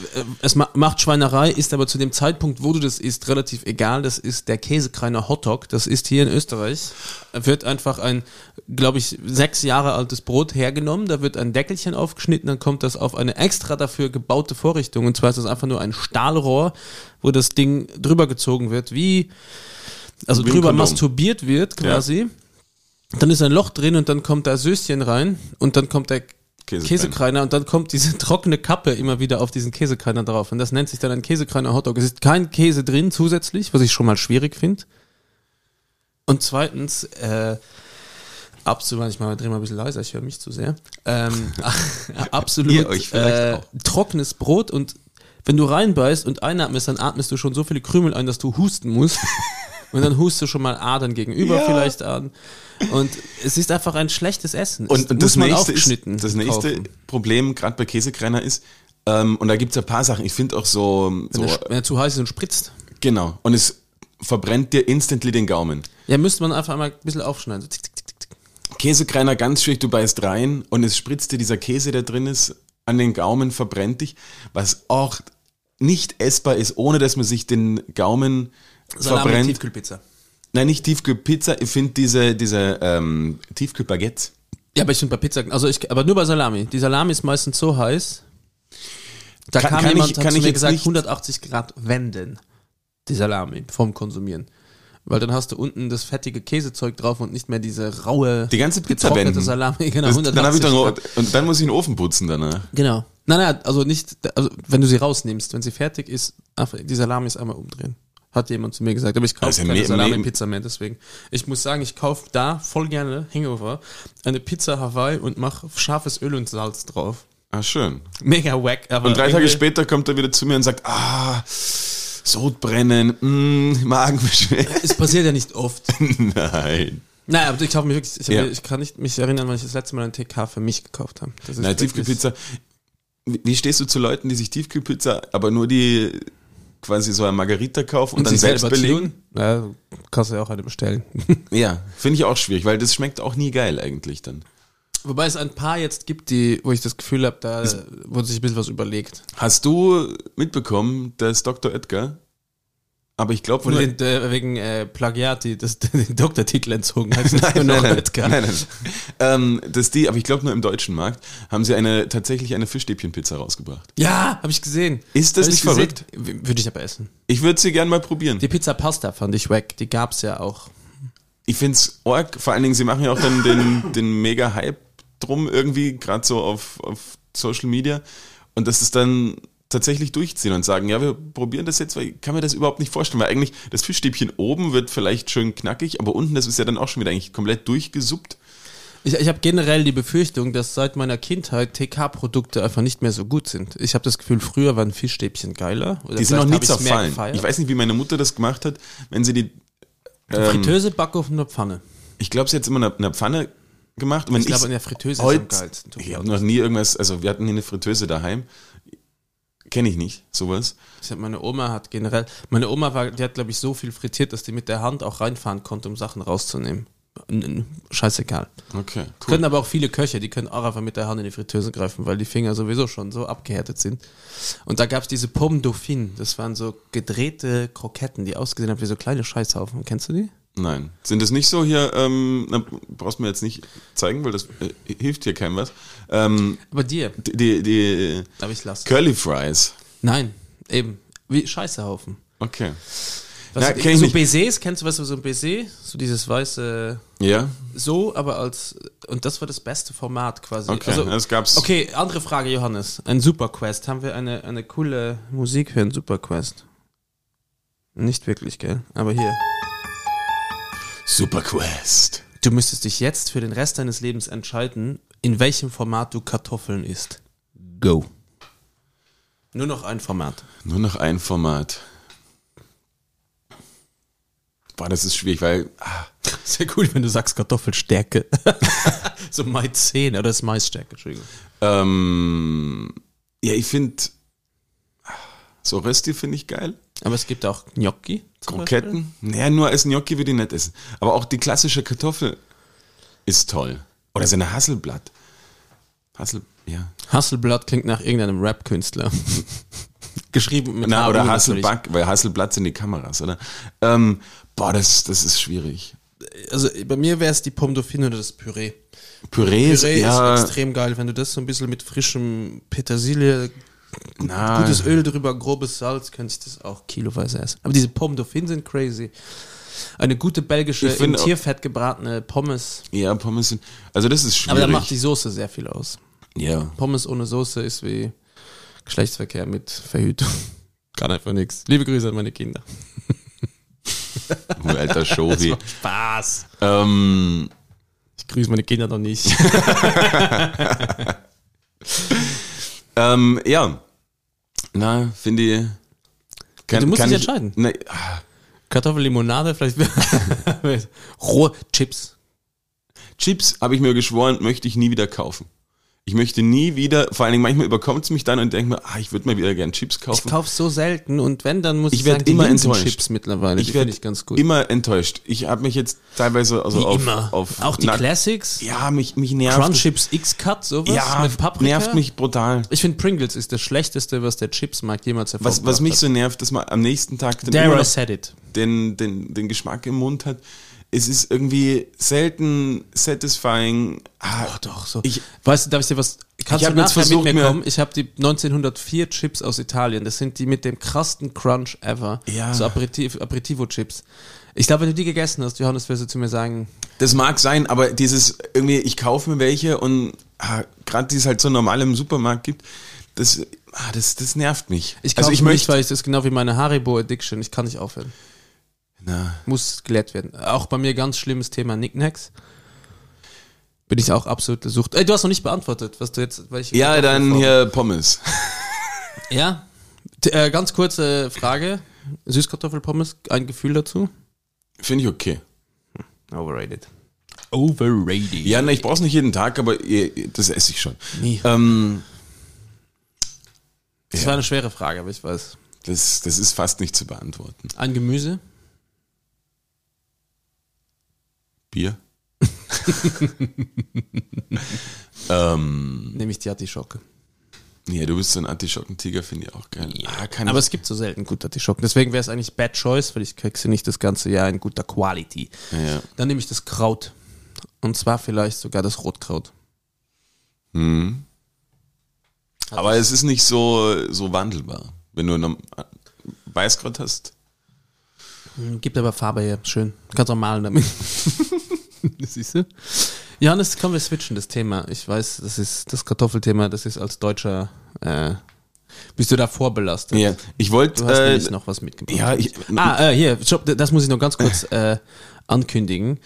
S3: es ma macht Schweinerei, ist aber zu dem Zeitpunkt, wo du das isst, relativ egal. Das ist der Käsekreiner Hotdog. Das ist hier in Österreich. Wird einfach ein, glaube ich, sechs Jahre altes Brot hergenommen. Da wird ein Deckelchen aufgeschnitten. Dann kommt das auf eine extra dafür gebaute Vorrichtung. Und zwar ist das einfach nur ein Stahlrohr, wo das Ding drüber gezogen wird, wie, also
S2: Wie ein
S3: drüber
S2: Kondom.
S3: masturbiert wird quasi. Dann ist ein Loch drin und dann kommt da Söschen rein und dann kommt der
S2: Käsekreiner.
S3: Käsekreiner. und dann kommt diese trockene Kappe immer wieder auf diesen Käsekreiner drauf. Und das nennt sich dann ein Käsekreiner Hotdog. Es ist kein Käse drin zusätzlich, was ich schon mal schwierig finde. Und zweitens, äh, absolut, ich mal, dreh mal ein bisschen leiser, ich höre mich zu sehr. Ähm, absolut
S2: Ihr euch vielleicht
S3: äh,
S2: auch.
S3: trockenes Brot und wenn du reinbeißt und einatmest, dann atmest du schon so viele Krümel ein, dass du husten musst. Und dann hustest du schon mal Adern gegenüber
S2: Ja.
S3: vielleicht an. Und es ist einfach ein schlechtes Essen.
S2: Und, und das,
S3: man
S2: nächste ist,
S3: aufgeschnitten
S2: das nächste
S3: kaufen.
S2: Problem, gerade bei Käsekreiner, ist, ähm, und da gibt's ja ein paar Sachen, ich finde auch so,
S3: Wenn,
S2: so
S3: er, wenn er zu heiß ist und spritzt.
S2: genau, und es verbrennt dir instantly den Gaumen.
S3: Ja, müsste man einfach mal ein bisschen aufschneiden. So tick, tick, tick, tick, tick.
S2: Käsekreiner ganz schwierig, du beißt rein und es spritzt dir dieser Käse, der drin ist, an den Gaumen, verbrennt dich, was auch nicht essbar ist, ohne dass man sich den Gaumen verbrennt.
S3: Tiefkühlpizza.
S2: Nein, nicht Tiefkühlpizza, ich finde diese, diese ähm, Tiefkühlbaguettes,
S3: Ja, aber ich finde bei Pizza, also ich, aber nur bei Salami. Die Salami ist meistens so heiß. Da
S2: Kann-
S3: kam
S2: kann ich-
S3: jemand, hat
S2: kann
S3: zu
S2: ich
S3: mir
S2: jetzt
S3: gesagt,
S2: nicht-
S3: 180 Grad wenden. Die Salami vom Konsumieren. Weil dann hast du unten das fettige Käsezeug drauf und nicht mehr diese raue,
S2: Die ganze Pizza
S3: getrocknete
S2: wenden.
S3: Salami. Genau,
S2: Das- dann hab ich
S3: 180
S2: dann,
S3: Grad.
S2: und dann muss ich den Ofen putzen danach.
S3: Genau. Nein, nein, also nicht, also wenn du sie rausnimmst, wenn sie fertig ist, einfach die Salami ist einmal umdrehen. Hat jemand zu mir gesagt, aber ich kaufe
S2: Also
S3: keine
S2: me- me-
S3: Salami-Pizza mehr, deswegen. Ich muss sagen, ich kaufe da voll gerne Hangover eine Pizza Hawaii und mache scharfes Öl und Salz drauf.
S2: Ah, schön.
S3: Mega wack, aber.
S2: Und drei Tage
S3: irgendwie-
S2: später kommt er wieder zu mir und sagt, ah, Sodbrennen, mm, Magenbeschwerden.
S3: Es passiert ja nicht oft.
S2: Nein.
S3: Naja, aber ich habe mich wirklich, ich, hab
S2: Ja.
S3: mir- ich kann nicht mich erinnern, wann ich das letzte Mal einen TK für mich gekauft habe. Das ist
S2: Nein,
S3: wirklich-
S2: Tiefkühlpizza. Wie wie stehst du zu Leuten, die sich Tiefkühlpizza, aber nur die quasi so eine Margarita kaufen und,
S3: Und
S2: dann
S3: sich
S2: selbst
S3: selber
S2: belegen?
S3: belegen? Ja, kannst du ja auch eine bestellen.
S2: Ja, finde ich auch schwierig, weil das schmeckt auch nie geil eigentlich dann.
S3: Wobei es ein paar jetzt gibt, die, wo ich das Gefühl habe, da wurde sich ein bisschen was überlegt.
S2: Hast du mitbekommen, dass Dr. Edgar, aber ich glaube,
S3: Nur den, der, wegen äh, Plagiat, die das, den Doktortitel entzogen hat. Nein,
S2: nein, nein. Ähm, dass die, aber ich glaube nur im deutschen Markt, haben sie eine tatsächlich eine Fischstäbchenpizza rausgebracht.
S3: Ja, habe ich gesehen.
S2: Ist das
S3: Hab
S2: nicht
S3: ich
S2: verrückt?
S3: gesehen. W- Würde ich aber essen.
S2: Ich würde sie gern mal probieren.
S3: Die Pizza Pasta fand ich wack. Die gab's ja auch.
S2: Ich find's org, vor allen Dingen, sie machen ja auch dann den, den mega Hype drum irgendwie, gerade so auf, auf Social Media. Und dass es dann tatsächlich durchziehen und sagen, ja, wir probieren das jetzt, weil ich kann mir das überhaupt nicht vorstellen, weil eigentlich das Fischstäbchen oben wird vielleicht schön knackig, aber unten, das ist ja dann auch schon wieder eigentlich komplett durchgesuppt.
S3: Ich, ich habe generell die Befürchtung, dass seit meiner Kindheit TK-Produkte einfach nicht mehr so gut sind. Ich habe das Gefühl, früher waren Fischstäbchen geiler. Oder
S2: Die sind noch
S3: vielleicht
S2: nie
S3: hab ich's mehr
S2: zerfallen.
S3: gefeiert.
S2: Ich weiß nicht, wie meine Mutter das gemacht hat, wenn sie die. Ähm,
S3: Fritteuse, Backofen oder Pfanne?
S2: ich glaube, sie hat es immer in einer- in einer Pfanne gemacht. Und wenn
S3: Ich glaube, in der Fritteuse ist am
S2: heute,
S3: geilsten.
S2: Ich habe noch nie irgendwas. Also, wir hatten hier eine Fritteuse daheim. Kenne ich nicht, sowas.
S3: Ich hab, meine Oma hat generell, meine Oma war, die hat, glaube ich, so viel frittiert, dass die mit der Hand auch reinfahren konnte, um Sachen rauszunehmen. N- n- Scheißegal.
S2: Okay, cool.
S3: Können aber auch viele Köche, die können auch einfach mit der Hand in die Fritteuse greifen, weil die Finger sowieso schon so abgehärtet sind. Und da gab es diese Pommes Dauphine, das waren so gedrehte Kroketten, die ausgesehen haben wie so kleine Scheißhaufen. Kennst du die?
S2: Nein. Sind das nicht so hier, ähm, na, brauchst du mir jetzt nicht zeigen, weil das äh, hilft hier keinem was. Ähm,
S3: Aber dir,
S2: die, die, die
S3: darf ich lassen.
S2: Curly Fries.
S3: Nein, eben. Wie Scheißehaufen.
S2: Okay.
S3: Was,
S2: Na,
S3: sind-
S2: kenn ich
S3: so
S2: nicht.
S3: Baisers, kennst du was so ein Baiser? So dieses weiße
S2: Ja.
S3: So, aber als. Und das war das beste Format quasi. Also,
S2: Okay, das gab's.
S3: Okay, andere Frage, Johannes. Ein Superquest. Haben wir eine, eine coole Musik für ein Superquest? Nicht wirklich, gell? Aber hier.
S2: Super Quest.
S3: Du müsstest dich jetzt für den Rest deines Lebens entscheiden, in welchem Format du Kartoffeln isst. Go. Nur noch ein Format.
S2: Nur noch ein Format. Boah, das ist schwierig, weil. Ah,
S3: Sehr cool, wenn du sagst Kartoffelstärke. so Mais 10 oder das ist Maisstärke, Entschuldigung.
S2: ähm, ja, ich finde. So Rösti finde ich geil.
S3: Aber es gibt auch Gnocchi. zum Beispiel.
S2: Kroketten. Naja, nur als Gnocchi würde ich nicht essen. Aber auch die klassische Kartoffel ist toll. Oder so eine Hasselblatt. Hassel, ja.
S3: Hasselblatt klingt nach irgendeinem Rap-Künstler. Geschrieben mit
S2: Na,
S3: HU
S2: oder
S3: natürlich.
S2: Hasselback, weil Hasselblatt sind die Kameras, oder? Ähm, boah, das, das ist schwierig.
S3: Also bei mir wäre es die Pomme Dauphine oder das Püree.
S2: Püree, ist,
S3: Püree
S2: ja,
S3: ist extrem geil, wenn du das so ein bisschen mit frischem Petersilie,
S2: na,
S3: gutes Öl drüber, grobes Salz, könnte ich das auch kiloweise essen. Aber diese Pomme Dauphine sind crazy. Eine gute belgische,
S2: Ich
S3: in
S2: finde auch-
S3: Tierfett gebratene Pommes.
S2: Ja, Pommes sind. Also das ist
S3: Aber
S2: schwierig.
S3: da macht die Soße sehr viel aus.
S2: ja.
S3: Pommes ohne Soße ist wie Geschlechtsverkehr mit Verhütung. Kann einfach nichts. Liebe Grüße an meine Kinder.
S2: Du alter Shovi.
S4: Spaß.
S2: ähm,
S3: Ich grüße meine Kinder noch nicht.
S2: ähm, ja. Na, finde ich. Kann,
S3: Du musst dich
S2: ich-
S3: entscheiden.
S2: Nee, ah,
S3: Kartoffellimonade, vielleicht rohe Chips.
S2: Chips habe ich mir geschworen, möchte ich nie wieder kaufen. Ich möchte nie wieder, vor allen Dingen manchmal überkommt es mich dann und denke mir, ah, ich würde mal wieder gern Chips
S3: Ich
S2: kaufen.
S3: kaufe so selten und wenn, dann muss ich,
S2: Ich werd
S3: sagen, die
S2: immer
S3: Linsen-
S2: enttäuscht.
S3: Chips mittlerweile.
S2: Ich
S3: die
S2: werd
S3: finde ich ganz gut.
S2: Immer enttäuscht. Ich habe mich jetzt teilweise also
S3: Wie
S2: auf,
S3: immer.
S2: auf
S3: Auch die
S2: na-
S3: Classics?
S2: Ja, mich, mich nervt.
S3: Crunchips X-Cut, sowas
S2: ja,
S3: mit Paprika.
S2: nervt mich brutal.
S3: Ich finde Pringles ist das schlechteste, was der Chipsmarkt jemals hervorgebracht
S2: Was, was mich
S3: hat.
S2: so nervt, dass man am nächsten Tag dann
S3: Oh Dare
S2: immer
S3: I
S2: noch
S3: said it.
S2: den, den, den Geschmack im Mund hat. Es ist irgendwie selten satisfying. Ah,
S3: Oh, Doch, so.
S2: Ich-
S3: weißt du, darf ich dir was... Kannst
S2: Ich
S3: du
S2: hab jetzt
S3: nachher
S2: versucht,
S3: mit mir
S2: mir-
S3: kommen? Ich habe die 1904 Chips aus Italien. Das sind die mit dem krassen Crunch ever.
S2: Ja.
S3: So Aperitiv- Aperitivo-Chips. Ich glaube, wenn du die gegessen hast, Johannes, wirst du zu mir sagen,
S2: Das mag sein, aber dieses irgendwie, ich kaufe mir welche und ah, gerade die es halt so normal im Supermarkt gibt, das, ah, das, das nervt mich.
S3: Ich kaufe
S2: also ich
S3: nicht,
S2: möchte.
S3: weil ich das ist genau wie meine Haribo Addiction. Ich kann nicht aufhören.
S2: Na,
S3: Muss gelehrt werden. Auch bei mir ganz schlimmes Thema Nicknacks. Bin ich auch absolute Sucht. Ey, du hast noch nicht beantwortet, was du jetzt. Welche
S2: ja, dann hier Pommes.
S3: Ja. T äh, ganz kurze Frage. Süßkartoffelpommes, ein Gefühl dazu?
S2: Finde ich okay.
S3: Overrated.
S4: Overrated.
S2: Ja, na, ich brauche es nicht jeden Tag, aber eh, das esse ich schon.
S3: Nie.
S2: Ähm,
S3: Das
S2: Ja.
S3: war eine schwere Frage, aber ich weiß.
S2: das, das ist fast nicht zu beantworten.
S3: Ein Gemüse?
S2: Bier? ähm,
S3: Nämlich die Artischocke.
S2: ja, du bist so ein Artischockentiger, finde ich auch geil. Ah, kann
S3: Aber
S2: ich-
S3: es gibt so selten gute Artischocken. Deswegen wäre es eigentlich Bad Choice, weil ich krieg sie nicht das ganze Jahr in guter Quality.
S2: ja, ja.
S3: Dann nehme ich das Kraut. Und zwar vielleicht sogar das Rotkraut.
S2: Mhm. Aber es ist nicht so, so wandelbar. Wenn du einen Weißkraut hast,
S3: Gibt aber Farbe her, schön. Kannst auch malen damit. Siehst du? Johannes, komm, wir switchen das Thema. Ich weiß, das ist das Kartoffelthema, das ist als Deutscher, äh, bist du da vorbelastet.
S2: ja. ich wollte,
S3: Du hast
S2: äh,
S3: nämlich noch was mitgebracht.
S2: ja, ich,
S3: Ah, äh, hier, stopp, das muss ich noch ganz kurz äh, ankündigen.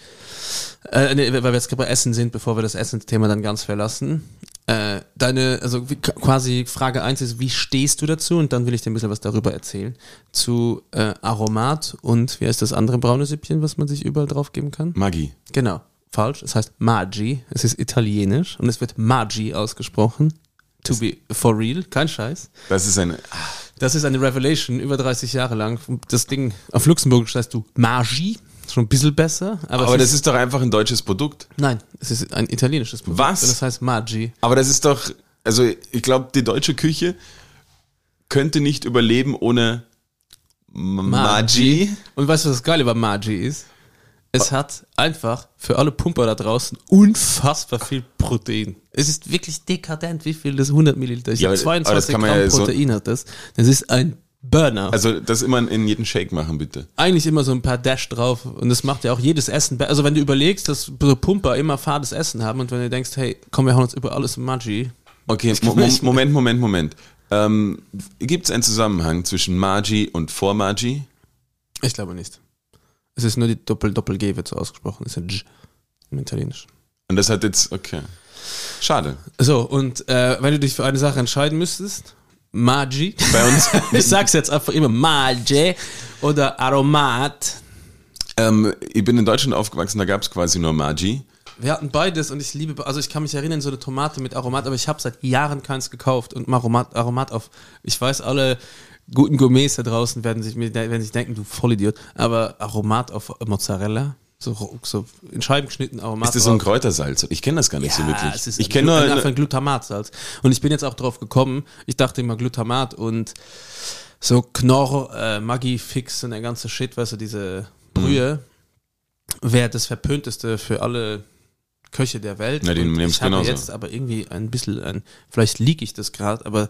S3: Äh, nee, weil wir jetzt gerade bei Essen sind, bevor wir das Essensthema dann ganz verlassen. Äh, deine, also wie, quasi Frage eins ist, wie stehst du dazu? Und dann will ich dir ein bisschen was darüber erzählen. Zu äh, Aromat und wie heißt das andere braune Süppchen, was man sich überall drauf geben kann?
S2: Maggi.
S3: Genau. Falsch. Es heißt Maggi. Es ist italienisch und es wird Maggi ausgesprochen. To be for real. Kein Scheiß.
S2: Das ist eine.
S3: Das ist eine Revelation, über 30 Jahre lang. Das Ding auf Luxemburgisch heißt du Magi. Schon ein bisschen besser, aber,
S2: Aber
S3: es
S2: das ist doch einfach ein deutsches Produkt.
S3: Nein, es ist ein italienisches Produkt.
S2: Was?
S3: Und das heißt Maggi.
S2: Aber das ist doch. Also, ich glaube, die deutsche Küche könnte nicht überleben ohne M- Maggi.
S3: Und weißt du, was das Geile bei Maggi ist? Es hat einfach für alle Pumper da draußen unfassbar viel Protein. Es ist wirklich dekadent, wie viel das 100 Milliliter ist.
S2: Ja, aber- aber das
S3: 22
S2: kann
S3: Gramm
S2: man ja so-
S3: Protein hat das. Das ist ein Burner.
S2: Also, das immer in jeden Shake machen, bitte.
S3: eigentlich immer so ein paar Dash drauf und das macht ja auch jedes Essen. be- Also wenn du überlegst, dass so Pumper immer fades Essen haben und wenn du denkst, hey, komm, wir hauen uns über alles Maggi.
S2: Okay, Mo Mo- Moment, Moment, Moment. Ähm, Gibt es einen Zusammenhang zwischen Maggi und vor Maggi?
S3: Ich glaube nicht. Es ist nur die Doppel-Doppel-G wird so ausgesprochen. Es ist ein J im Italienisch.
S2: Und das hat jetzt. Okay. Schade.
S3: So, und äh, wenn du dich für eine Sache entscheiden müsstest, Maggi.
S2: Bei uns.
S3: Ich sag's jetzt einfach immer Maggi oder Aromat.
S2: ähm, ich bin in Deutschland aufgewachsen, da gab es quasi nur Maggi.
S3: Wir hatten beides und ich liebe, be- also ich kann mich erinnern, so eine Tomate mit Aromat, aber ich habe seit Jahren keins gekauft und Aromat, Aromat auf. Ich weiß, alle guten Gourmets da draußen werden sich, mir- werden sich denken, du Vollidiot, aber Aromat auf Mozzarella, so, ro- so in Scheiben geschnitten Aromat.
S2: Ist das so ein Kräutersalz? Ich kenne das gar nicht so wirklich.
S3: Es ist
S2: ich kenne
S3: einfach
S2: nur.
S3: ein Glutamatsalz. Und ich bin jetzt auch drauf gekommen, ich dachte immer Glutamat und so Knorr, äh, Maggi Fix und der ganze Shit, weißt du, diese Brühe,
S2: Mhm.
S3: wäre das Verpönteste für alle Köche der Welt.
S2: Na, die
S3: Und
S2: nehmen's
S3: ich habe
S2: genauso.
S3: jetzt aber irgendwie ein bisschen ein, vielleicht liege ich das gerade, aber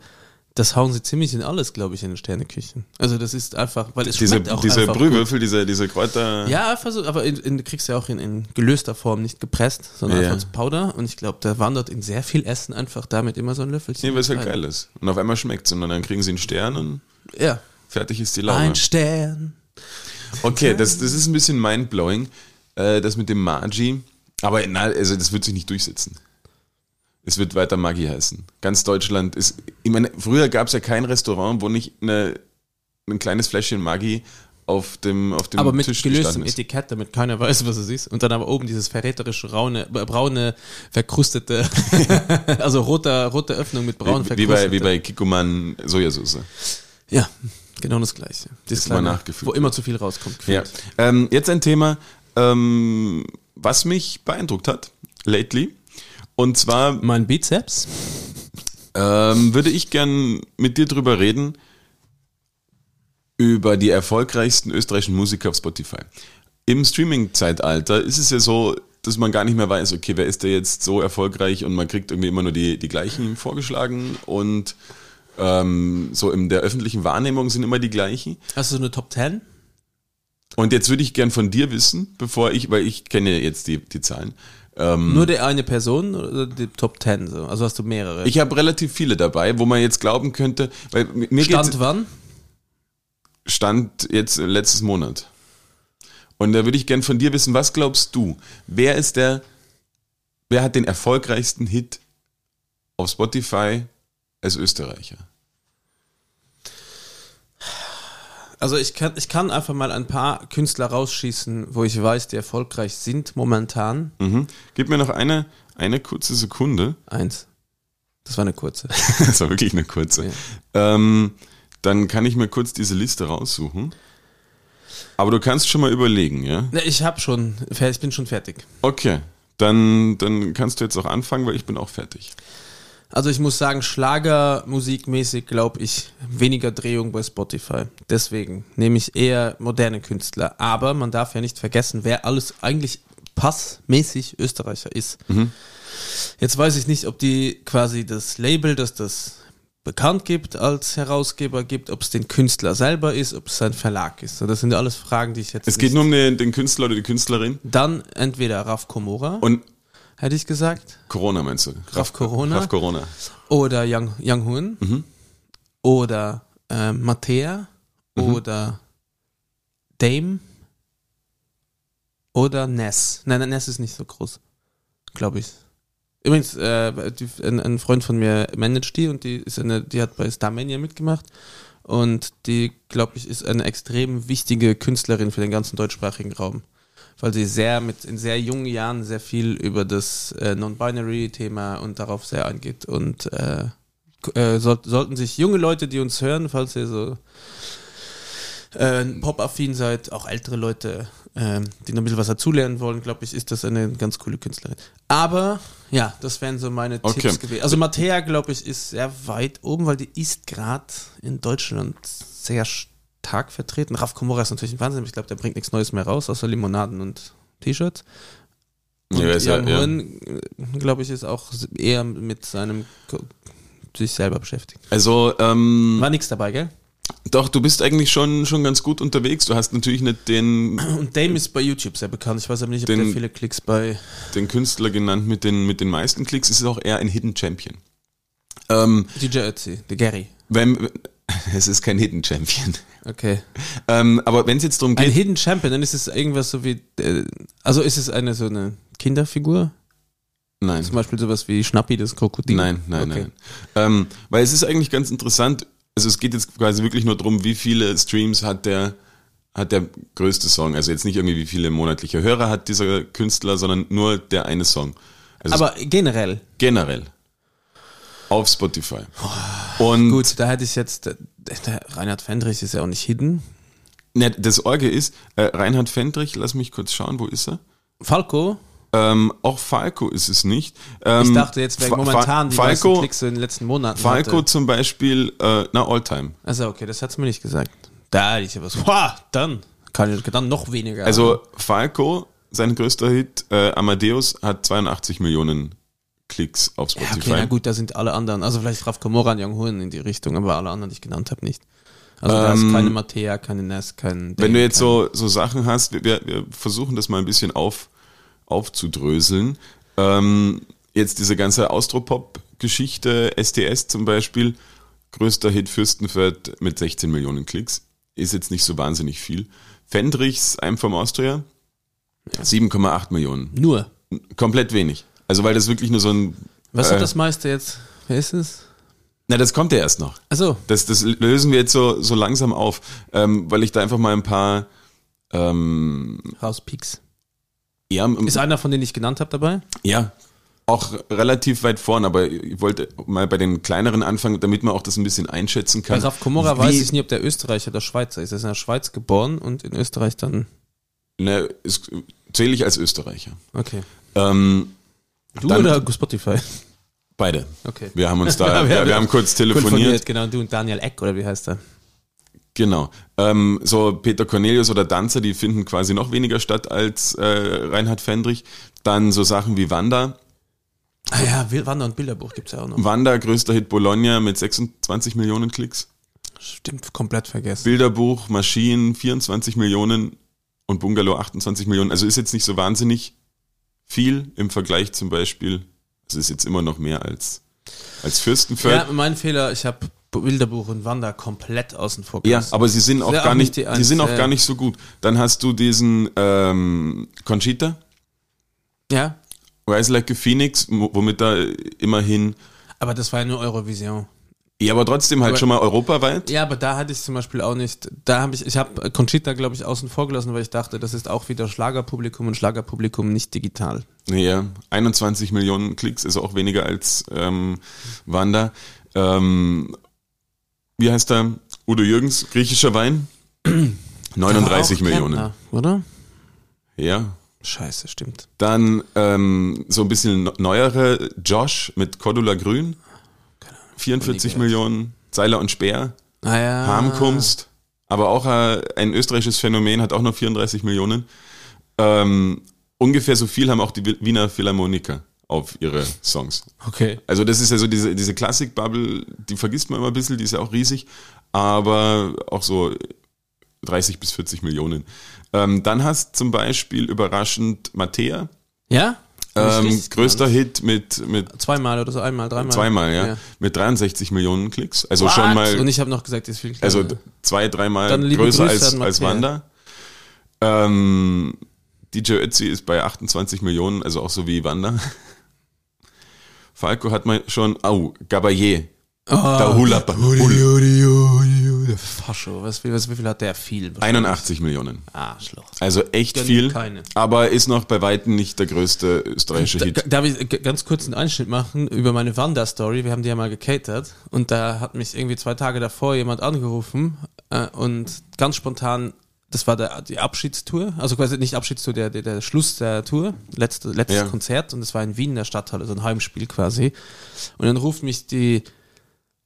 S3: das hauen sie ziemlich in alles, glaube ich, in den Sterneküchen. Also das ist einfach, weil es
S2: Diese,
S3: schmeckt auch
S2: diese
S3: einfach gut.
S2: Brühwürfel, diese, diese Kräuter.
S3: Ja, versuch, aber in, in, du kriegst ja auch in, in gelöster Form, nicht gepresst, sondern
S2: Ja.
S3: einfach als Powder. Und ich glaube, da wandert in sehr viel Essen einfach damit immer so ein Löffelchen.
S2: Nee, weil es halt
S3: rein.
S2: geil ist. Und auf einmal schmeckt es. Und dann kriegen sie einen Stern und
S3: Ja.
S2: fertig ist die
S3: Ein
S2: Laune.
S3: Stern.
S2: Okay, das, das ist ein bisschen mindblowing, äh, das mit dem Magi. Aber na, also das wird sich nicht durchsetzen. Es wird weiter Maggi heißen. Ganz Deutschland ist. Ich meine, früher gab es ja kein Restaurant, wo nicht eine, ein kleines Fläschchen Maggi auf dem, auf dem
S3: Aber mit
S2: Tisch
S3: gelöstem
S2: gestanden ist.
S3: Etikett, damit keiner weiß, was es ist. Und dann aber oben dieses verräterische braune, braune verkrustete, also rote, rote Öffnung mit braun
S2: Wie, wie, bei, wie bei Kikuman Sojasauce.
S3: Ja, genau das gleiche. Das
S2: Ist immer nachgefüllt
S3: Wo
S2: wird.
S3: immer zu viel rauskommt.
S2: Ja.
S3: gefühlt.
S2: Ähm, jetzt ein Thema, ähm, was mich beeindruckt hat, lately. Und zwar
S3: Mein Bizeps.
S2: ähm, würde ich gern mit dir drüber reden, über die erfolgreichsten österreichischen Musiker auf Spotify. Im Streaming-Zeitalter ist es ja so, dass man gar nicht mehr weiß, okay, wer ist der jetzt so erfolgreich und man kriegt irgendwie immer nur die, die gleichen vorgeschlagen und ähm, so in der öffentlichen Wahrnehmung sind immer die gleichen.
S3: Hast du so also eine Top 10?
S2: Und jetzt würde ich gern von dir wissen, bevor ich, weil ich kenne jetzt die, die Zahlen.
S3: Nur
S2: Hm.
S3: der eine Person oder die Top 10? So? Also hast du mehrere?
S2: Ich habe relativ viele dabei, wo man jetzt glauben könnte, weil mir geht's,
S3: Stand wann?
S2: Stand jetzt äh, letztes Monat. Und da würde ich gern von dir wissen, was glaubst du, wer ist der, wer hat den erfolgreichsten Hit auf Spotify als Österreicher?
S3: Also ich kann, ich kann einfach mal ein paar Künstler rausschießen, wo ich weiß, die erfolgreich sind momentan.
S2: Mhm. Gib mir noch eine, eine kurze Sekunde.
S3: Eins. Das war eine kurze.
S2: Das war wirklich eine kurze. Ähm, dann kann ich mir kurz diese Liste raussuchen. Aber du kannst schon mal überlegen, ja?
S3: Ne, Ich habe schon, fer- ich bin schon fertig.
S2: Okay, dann, dann kannst du jetzt auch anfangen, weil ich bin auch fertig.
S3: Also ich muss sagen, Schlagermusikmäßig glaube ich weniger Drehung bei Spotify. Deswegen nehme ich eher moderne Künstler. Aber man darf ja nicht vergessen, wer alles eigentlich passmäßig Österreicher ist.
S2: Mhm.
S3: Jetzt weiß ich nicht, ob die quasi das Label, das das bekannt gibt als Herausgeber gibt, ob es den Künstler selber ist, ob es sein Verlag ist. So, Das sind ja alles Fragen, die ich jetzt.
S2: Es geht nur um den, den Künstler oder die Künstlerin
S3: Dann entweder Raf Komora,
S2: und
S3: hätte ich gesagt,
S2: Corona meinst du?
S3: Raf Corona.
S2: Raff Corona.
S3: oder Yang, Yang Hun oder äh, Mattea oder Dame oder Ness. Nein, nein, Ness ist nicht so groß. Glaube ich. Übrigens, äh, die, ein, ein Freund von mir managt die und die ist eine, die hat bei Starmania mitgemacht. Und die, glaube ich, ist eine extrem wichtige Künstlerin für den ganzen deutschsprachigen Raum. Weil sie sehr mit in sehr jungen Jahren sehr viel über das äh, Non-Binary-Thema und darauf sehr eingeht. Und äh, k- äh, soll, sollten sich junge Leute, die uns hören, falls ihr so äh, pop-affin seid, auch ältere Leute, ähm, die noch ein bisschen was dazulernen wollen, glaube ich, ist das eine ganz coole Künstlerin. Aber ja, das wären so meine
S2: Okay.
S3: Tipps gewesen. Also Mattea, glaube ich, ist sehr weit oben, weil die ist gerade in Deutschland sehr stark vertreten. Raf Komora ist natürlich ein Wahnsinn. Ich glaube, der bringt nichts Neues mehr raus, außer Limonaden und T-Shirts. Und
S2: Ja,
S3: ja,
S2: ist ja- ja.
S3: glaube ich, ist auch eher mit seinem Ko- sich selber beschäftigt.
S2: Also, ähm,
S3: War nichts dabei, gell?
S2: doch, du bist eigentlich schon, schon ganz gut unterwegs. Du hast natürlich nicht den,
S3: Und Dame ist bei YouTube sehr bekannt. Ich weiß aber nicht, ob
S2: Den-
S3: der viele Klicks bei.
S2: den Künstler genannt mit den, mit den meisten Klicks. Es ist auch eher ein Hidden Champion. Ähm,
S3: DJ Ötzi, der Gary.
S2: wenn, es ist kein Hidden Champion.
S3: Okay.
S2: Ähm, aber wenn es jetzt darum
S3: Ein
S2: geht,
S3: Hidden Champion, dann ist es irgendwas so wie. Äh, also ist es eine so eine Kinderfigur?
S2: nein.
S3: Zum Beispiel sowas wie Schnappi, das Krokodil?
S2: Nein, nein,
S3: Okay.
S2: nein. Ähm, weil es ist eigentlich ganz interessant, also es geht jetzt quasi wirklich nur darum, wie viele Streams hat der, hat der größte Song. Also jetzt nicht irgendwie, wie viele monatliche Hörer hat dieser Künstler, sondern nur der eine Song. Also
S3: Aber generell.
S2: generell. Auf Spotify. Und
S3: Gut, da hätte ich jetzt. Der, der Reinhard Fendrich ist ja auch nicht hidden.
S2: Ne, das Orge ist, äh, Reinhard Fendrich, lass mich kurz schauen, wo ist er?
S3: Falco,
S2: Ähm, auch Falco ist es nicht. Ähm,
S3: ich dachte jetzt, wäre
S2: Fa-
S3: momentan die
S2: Fa-
S3: meisten
S2: Falco,
S3: Klicks so in den letzten Monaten.
S2: Falco
S3: hatte.
S2: zum Beispiel, äh, na, Alltime.
S3: Also, okay, das hat's mir nicht gesagt. Da hätte ich ja was. Wow, dann. Kann ich dann noch weniger.
S2: Also Falco, sein größter Hit, äh, Amadeus, hat 82 Millionen Klicks auf
S3: Ja,
S2: Spotify.
S3: okay, na gut, da sind alle anderen. Also vielleicht Raf Kamora und Young Hoon in die Richtung, aber alle anderen, die ich genannt habe, nicht. Also da ist
S2: Ähm,
S3: keine Mattea, keine Ness, kein.
S2: Wenn du jetzt
S3: kein,
S2: so, so Sachen hast, wir- wir, wir versuchen das mal ein bisschen auf, aufzudröseln. Ähm, jetzt diese ganze Austropop-Geschichte, STS zum Beispiel, größter Hit Fürstenfeld mit 16 Millionen Klicks, ist jetzt nicht so wahnsinnig viel. Fendrichs, I'm from Austria, 7,8 Millionen.
S3: Nur.
S2: Komplett wenig. Also weil das wirklich nur so ein...
S3: Was
S2: äh,
S3: hat das meiste jetzt? Wer ist es?
S2: Na, das kommt ja erst noch.
S3: Also,
S2: Das, das lösen wir jetzt so, so langsam auf, ähm, weil ich da einfach mal ein paar. Ähm,
S3: Rauspicks.
S2: ja, m-
S3: Ist einer von denen ich genannt habe dabei?
S2: ja, auch relativ weit vorn, aber ich wollte mal bei den kleineren anfangen, damit man auch das ein bisschen einschätzen
S3: Bei
S2: kann.
S3: Raf Komora
S2: Wie-
S3: weiß ich nie, ob der Österreicher oder Schweizer ist. Er ist in der Schweiz geboren und in Österreich dann.
S2: Ne, ist, zähle ich als Österreicher.
S3: Okay.
S2: Ähm,
S3: Du
S2: Dann-
S3: oder Spotify?
S2: beide.
S3: Okay.
S2: Wir haben uns da,
S3: Ja,
S2: wir,
S3: wir-
S2: wir, haben kurz telefoniert.
S3: Genau, du und Daniel Eck, oder wie heißt er?
S2: Genau. Ähm, so Peter Cornelius oder Danzer, die finden quasi noch weniger statt als äh, Reinhard Fendrich. Dann so Sachen wie Wanda,
S3: Ah ja, Wil- Wander- und Bilderbuch gibt's ja auch noch.
S2: Wanda, größter Hit Bologna mit 26 Millionen Klicks.
S3: Stimmt, komplett vergessen.
S2: Bilderbuch, Maschinen 24 Millionen und Bungalow 28 Millionen. Also ist jetzt nicht so wahnsinnig viel im Vergleich zum Beispiel. Es ist jetzt immer noch mehr als, als Fürstenfeld.
S3: Ja, mein Fehler, ich habe Bilderbuch und Wander komplett außen vor
S2: Ja,
S3: gelassen.
S2: aber sie sind auch
S3: Ja,
S2: gar
S3: auch
S2: nicht,
S3: nicht
S2: die,
S3: die Eins,
S2: sind auch
S3: ja.
S2: gar nicht so gut. Dann hast du diesen ähm, Conchita,
S3: Ja,
S2: Rise Like a Phoenix, wo- womit da immerhin,
S3: aber das war ja nur Eurovision.
S2: ja, aber trotzdem halt
S3: Aber-
S2: schon mal europaweit.
S3: Ja, aber da hatte ich zum Beispiel auch nicht, da habe ich, ich habe Conchita, glaube ich, außen vor gelassen, weil ich dachte, das ist auch wieder Schlagerpublikum und Schlagerpublikum nicht digital.
S2: Ja, 21 Millionen Klicks, also auch weniger als ähm, Wanda. Ähm, wie heißt er? Udo Jürgens, griechischer Wein? 39
S3: Da war auch
S2: Millionen.
S3: Klempner, oder?
S2: Ja.
S3: Scheiße, stimmt.
S2: Dann ähm, so ein bisschen no- neuere Josh mit Cordula Grün. 44
S3: nie gehört.
S2: Millionen. Seiler und Speer,
S3: Naja.
S2: Harmkunst. Aber auch äh, ein österreichisches Phänomen hat auch nur 34 Millionen. Ähm, ungefähr so viel haben auch die Wiener Philharmoniker auf ihre Songs.
S3: Okay.
S2: Also das ist ja so diese, diese Klassik-Bubble, die vergisst man immer ein bisschen, die ist ja auch riesig, aber auch so 30 bis 40 Millionen. Ähm, dann hast zum Beispiel überraschend Mattea,
S3: Ja? Hab ich
S2: ähm,
S3: richtig
S2: größter
S3: genannt.
S2: Hit mit, mit
S3: Zweimal oder so, einmal, dreimal.
S2: zweimal, ja, mit 63 Millionen Klicks. Also schon
S3: What?
S2: mal,
S3: Und ich habe noch gesagt, die ist viel kleiner.
S2: also d- Also zwei, dreimal
S3: Dann liebe
S2: größer
S3: Grüße
S2: als,
S3: an
S2: als
S3: Mattea.
S2: Wanda. Ähm, DJ Ötzi ist bei 28 Millionen, also auch so wie Wander. Falco hat mal schon, au, Gabayé,
S3: Ah,
S2: da Hula, Hula,
S3: Der Fascho, was, wie, was, wie viel hat der? Viel.
S2: 81 Millionen.
S3: Arschloch.
S2: Also echt
S3: Gönn
S2: viel,
S3: Ah, keine.
S2: aber ist noch bei Weitem nicht der größte österreichische
S3: Da,
S2: Hit.
S3: darf ich g- ganz kurz einen Einschnitt machen über meine Wander-Story? Wir haben die ja mal gecatert und da hat mich irgendwie zwei Tage davor jemand angerufen äh, und ganz spontan, das war der, die Abschiedstour, also quasi nicht Abschiedstour, der, der, der Schluss der Tour, letzte, letztes
S2: Ja.
S3: Konzert und es war in Wien in der Stadthalle, so ein Heimspiel quasi. Und dann ruft mich die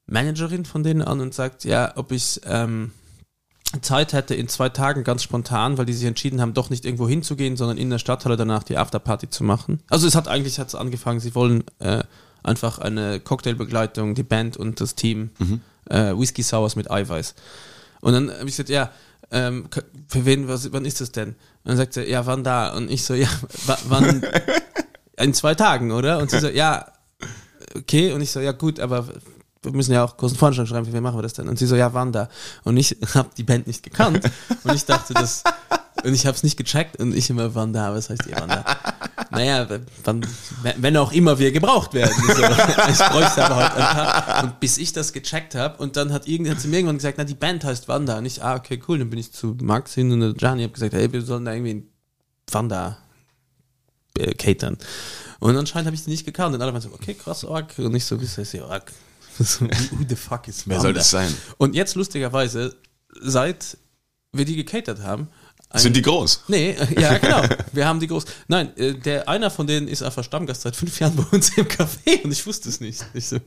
S3: Managerin von denen an und sagt, ja, ob ich ähm, Zeit hätte in zwei Tagen ganz spontan, weil die sich entschieden haben, doch nicht irgendwo hinzugehen, sondern in der Stadthalle danach die Afterparty zu machen. Also es hat eigentlich hat's angefangen, sie wollen äh, einfach eine Cocktailbegleitung, die Band und das Team äh, Whisky Sours mit Eiweiß. Und dann habe ich gesagt, ja, ähm, k- für wen, was, wann ist das denn? Und dann sagt sie, ja, wann da? Und ich so, ja, wa- wann? in zwei Tagen, oder? Und sie so, ja, okay. Und ich so, ja gut, aber wir müssen ja auch großen Voranschlag schreiben, wie machen wir das denn? Und sie so, ja, Wanda. Und ich habe die Band nicht gekannt. Und ich dachte, das... Und ich habe es nicht gecheckt und ich immer, Wanda, was heißt ihr Wanda? Naja, wann, wenn auch immer wir gebraucht werden. So, ich bräuchte aber heute einen Tag. Und bis ich das gecheckt habe und dann hat irgendjemand zu mir irgendwann gesagt, na, die Band heißt Wanda. Und ich, ah, okay, cool. Dann bin ich zu Max hin und Gianni habe gesagt, hey, wir sollen da irgendwie einen Wanda äh, catern. Und anscheinend habe ich die nicht gekannt. Und alle waren so, okay, krass, Org. Und ich so, wie heißt die Org? So, who the fuck is
S2: Wer
S3: Wanda?
S2: soll das sein?
S3: Und jetzt lustigerweise, seit wir die gecatert haben, ein-
S2: Sind die groß?
S3: Nee, äh, ja, genau. Wir haben die groß. Nein, äh, der einer von denen ist einfach Stammgast seit fünf Jahren bei uns im Café und ich wusste es nicht. Ich so,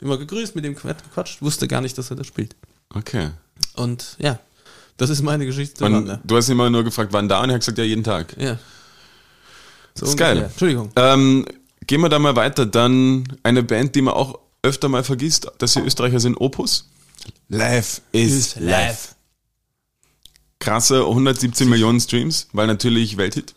S3: immer gegrüßt, mit dem Quatsch gequatscht, wusste gar nicht, dass er das spielt.
S2: Okay.
S3: Und ja, das ist meine Geschichte. zu
S2: Und
S3: Wanda.
S2: du hast immer nur gefragt, wann da? Und er hat gesagt, ja, jeden Tag.
S3: Ja. So
S2: Das ist
S3: ungefähr.
S2: geil.
S3: Entschuldigung.
S2: Ähm, gehen wir da mal weiter. Dann eine Band, die man auch öfter mal vergisst, dass sie Österreicher sind, Opus. Live is live. Krasse 117 Millionen Streams, weil natürlich Welthit.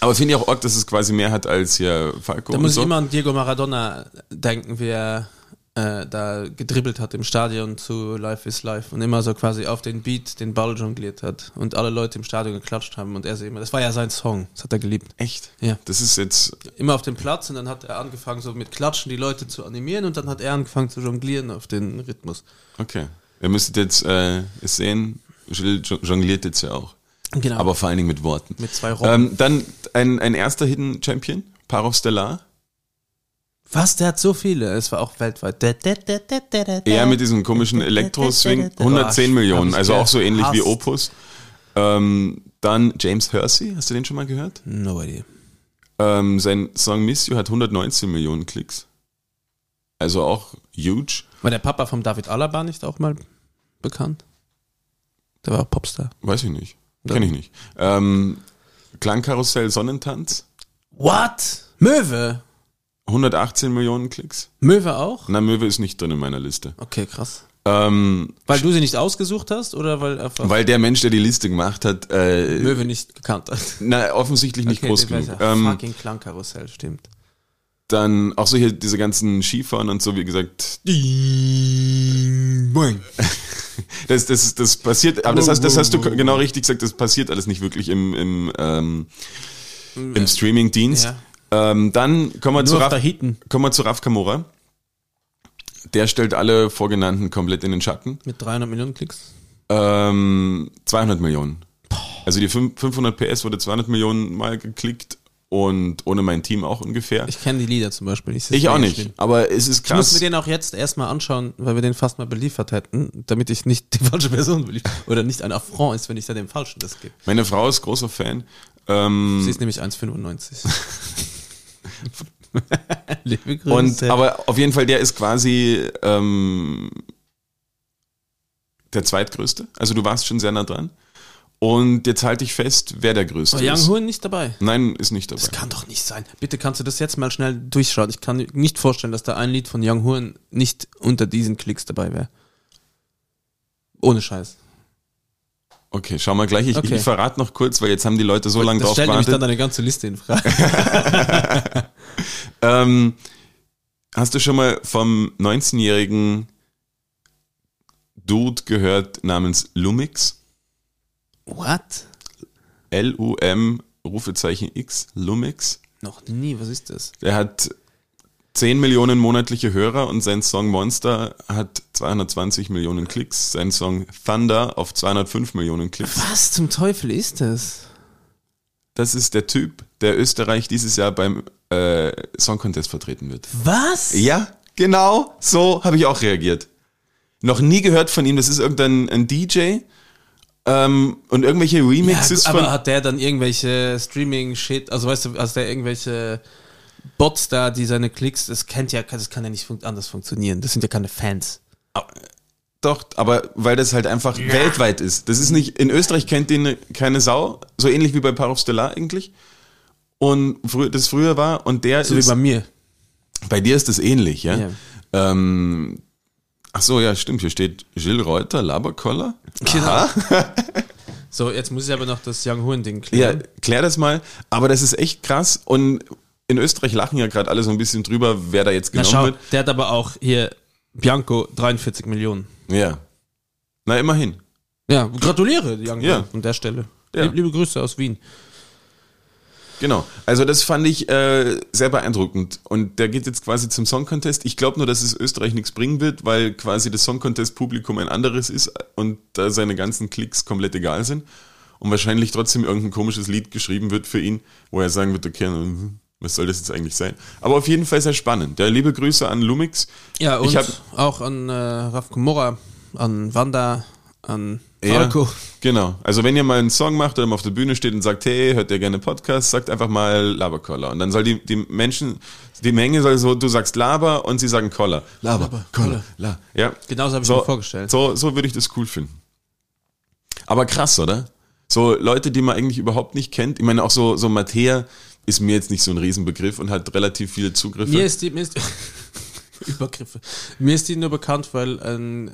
S2: Aber finde ich auch arg, dass es quasi mehr hat als hier Falco
S3: Da
S2: und
S3: muss
S2: so.
S3: ich immer an Diego Maradona denken, wie er äh, da gedribbelt hat im Stadion zu Life is Life und immer so quasi auf den Beat den Ball jongliert hat und alle Leute im Stadion geklatscht haben und er so immer, das war ja sein Song, das hat er geliebt.
S2: Echt?
S3: Ja.
S2: Das ist jetzt,
S3: Immer auf dem Platz und dann hat er angefangen so mit Klatschen die Leute zu animieren und dann hat er angefangen zu jonglieren auf den Rhythmus.
S2: okay. Ihr müsstet jetzt äh, es sehen, Gilles jo- jongliert jetzt ja auch.
S3: Genau.
S2: Aber vor allen Dingen mit Worten.
S3: mit zwei Robben.
S2: Ähm, dann ein, ein erster Hidden Champion, Parov Stellar.
S3: Was, der hat so viele, es war auch weltweit. Da, da, da, da, da, da, da.
S2: Ja, mit diesem komischen Elektro-Swing. 110
S3: Boah,
S2: Millionen,
S3: Oh, hab ich
S2: also auch so ähnlich wie
S3: gehasst.
S2: Opus. Ähm, dann James Hersey, hast du den schon mal gehört?
S3: No idea.
S2: Ähm, sein Song Miss You hat 119 Millionen Klicks. Also auch huge.
S3: War der Papa vom David Alaba nicht auch mal bekannt? Der war auch Popstar.
S2: Weiß ich nicht.
S3: Ja.
S2: Kenne ich nicht. Ähm, Klangkarussell Sonnentanz,
S3: What? Möwe?
S2: 118 Millionen Klicks.
S3: Möwe auch?
S2: Na, Möwe ist nicht drin in meiner Liste.
S3: Okay, krass.
S2: Ähm,
S3: Weil du sie nicht ausgesucht hast oder weil einfach
S2: weil der Mensch, der die Liste gemacht hat, äh,
S3: Möwe nicht gekannt hat?
S2: na, offensichtlich nicht groß
S3: ich weiß
S2: genug.
S3: ja.
S2: Ähm,
S3: Fucking Klangkarussell, stimmt.
S2: dann auch so hier diese ganzen Skifahren und so, wie gesagt, Das, das, das passiert, aber das hast, das hast du genau richtig gesagt, das passiert alles nicht wirklich im, im, ähm, im Streaming-Dienst. Ähm, dann kommen wir, zu
S3: Nur
S2: Raf,
S3: auf Tahiten
S2: kommen wir zu Raf Kamora. Der stellt alle Vorgenannten komplett in den Schatten.
S3: mit 300 Millionen Klicks.
S2: Ähm, 200 Millionen. Also die fünf- 500 PS wurde 200 Millionen mal geklickt und ohne mein Team auch ungefähr. Ich,
S3: Ich kenne die Lieder zum Beispiel. Ich,
S2: auch nicht, aber es ist
S3: Ich muss
S2: krass.
S3: mir den auch jetzt erstmal anschauen, weil wir den fast mal beliefert hätten, damit ich nicht die falsche Person beliefert oder nicht ein Affront ist, wenn ich da dem Falschen das gebe.
S2: Meine Frau ist großer Fan. Ähm,
S3: Sie ist nämlich 1,95. Liebe Grüße.
S2: Und aber auf jeden Fall, der ist quasi ähm, der zweitgrößte. Also du warst schon sehr nah dran. Und jetzt halte ich fest, wer der größte
S3: war Yang
S2: ist.
S3: Hoon Oh, nicht dabei?
S2: Nein, ist nicht dabei.
S3: Das kann doch nicht sein. Bitte kannst du das jetzt mal schnell durchschauen. Ich kann nicht vorstellen, dass da ein Lied von Young Horn nicht unter diesen Klicks dabei wäre. Ohne Scheiß.
S2: Okay, schau mal gleich. Ich,
S3: Okay.
S2: ich verrate noch kurz, weil jetzt haben die Leute so lange
S3: Das
S2: drauf
S3: stellt nämlich dann
S2: gewartet.
S3: deine ganze Liste in Frage.
S2: Ähm, hast du schon mal vom 19-jährigen Dude gehört namens Lumix?
S3: What?
S2: L-U-M-I-X. Rufezeichen X, Lumix.
S3: Noch nie, was ist das?
S2: Der hat 10 Millionen monatliche Hörer und sein Song Monster hat 220 Millionen Klicks. Sein Song Thunder auf 205 Millionen Klicks.
S3: Was zum Teufel ist das?
S2: Das ist der Typ, der Österreich dieses Jahr beim äh, Song Contest vertreten wird.
S3: Was?
S2: Ja, genau so habe ich auch reagiert. Noch nie gehört von ihm, das ist irgendein ein DJ ähm, und irgendwelche
S3: Ja,
S2: Remixes
S3: aber
S2: von.
S3: hat der dann irgendwelche Streaming-Shit, also weißt du, hat der irgendwelche Bots da, die seine Klicks, das kennt ja, das kann ja nicht fun anders funktionieren. Das sind ja keine Fans.
S2: Doch, aber weil das halt einfach weltweit ist. Das ist nicht, in Österreich kennt den keine Sau, so ähnlich wie bei Par of Stellar eigentlich. Und früher, das früher war und der
S3: So wie
S2: ist,
S3: bei mir.
S2: bei dir ist das ähnlich, ja?
S3: Ja.
S2: Ähm, ach so, ja, stimmt, hier steht Gilles Reuter, Laberkoller.
S3: Genau. So, jetzt muss ich aber noch das Young Huren-Ding
S2: Ja,
S3: klären.
S2: klär das mal. Aber das ist echt krass. Und in Österreich lachen ja gerade alle so ein bisschen drüber, wer da jetzt
S3: Na
S2: genommen
S3: schau,
S2: wird.
S3: der hat aber auch hier Bianco 43 Millionen.
S2: Ja. Na, immerhin.
S3: Ja, gratuliere, Young
S2: Ja.
S3: Huren, an der Stelle.
S2: Ja.
S3: Lieb- Liebe Grüße aus Wien.
S2: Genau. Also das fand ich äh, sehr beeindruckend. Und der geht jetzt quasi zum Song Contest. Ich glaube nur, dass es Österreich nichts bringen wird, weil quasi das Song Contest Publikum ein anderes ist und da seine ganzen Klicks komplett egal sind. Und wahrscheinlich trotzdem irgendein komisches Lied geschrieben wird für ihn, wo er sagen wird, okay, hm, was soll das jetzt eigentlich sein? Aber auf jeden Fall sehr spannend. Ja, liebe Grüße an Lumix.
S3: Ja, und
S2: Ich hab-
S3: auch an äh, Raf Komora, an Wanda, an
S2: Ja,
S3: Falco.
S2: Genau. Also wenn ihr mal einen Song macht oder mal auf der Bühne steht und sagt, hey, hört ihr gerne Podcast, sagt einfach mal Laberkoller. Und dann soll die, die Menschen, die Menge soll so, du sagst Laber und sie sagen Koller. Laber, Koller, La. Ja.
S3: Genauso habe Genau ich mir vorgestellt.
S2: So, so würde ich das cool finden. Aber krass, oder? So Leute, die man eigentlich überhaupt nicht kennt. Ich meine, auch so, so Mattea ist mir jetzt nicht so ein Riesenbegriff und hat relativ viele Zugriffe.
S3: Mir ist die, mir ist Übergriffe. Mir ist die nur bekannt, weil ähm,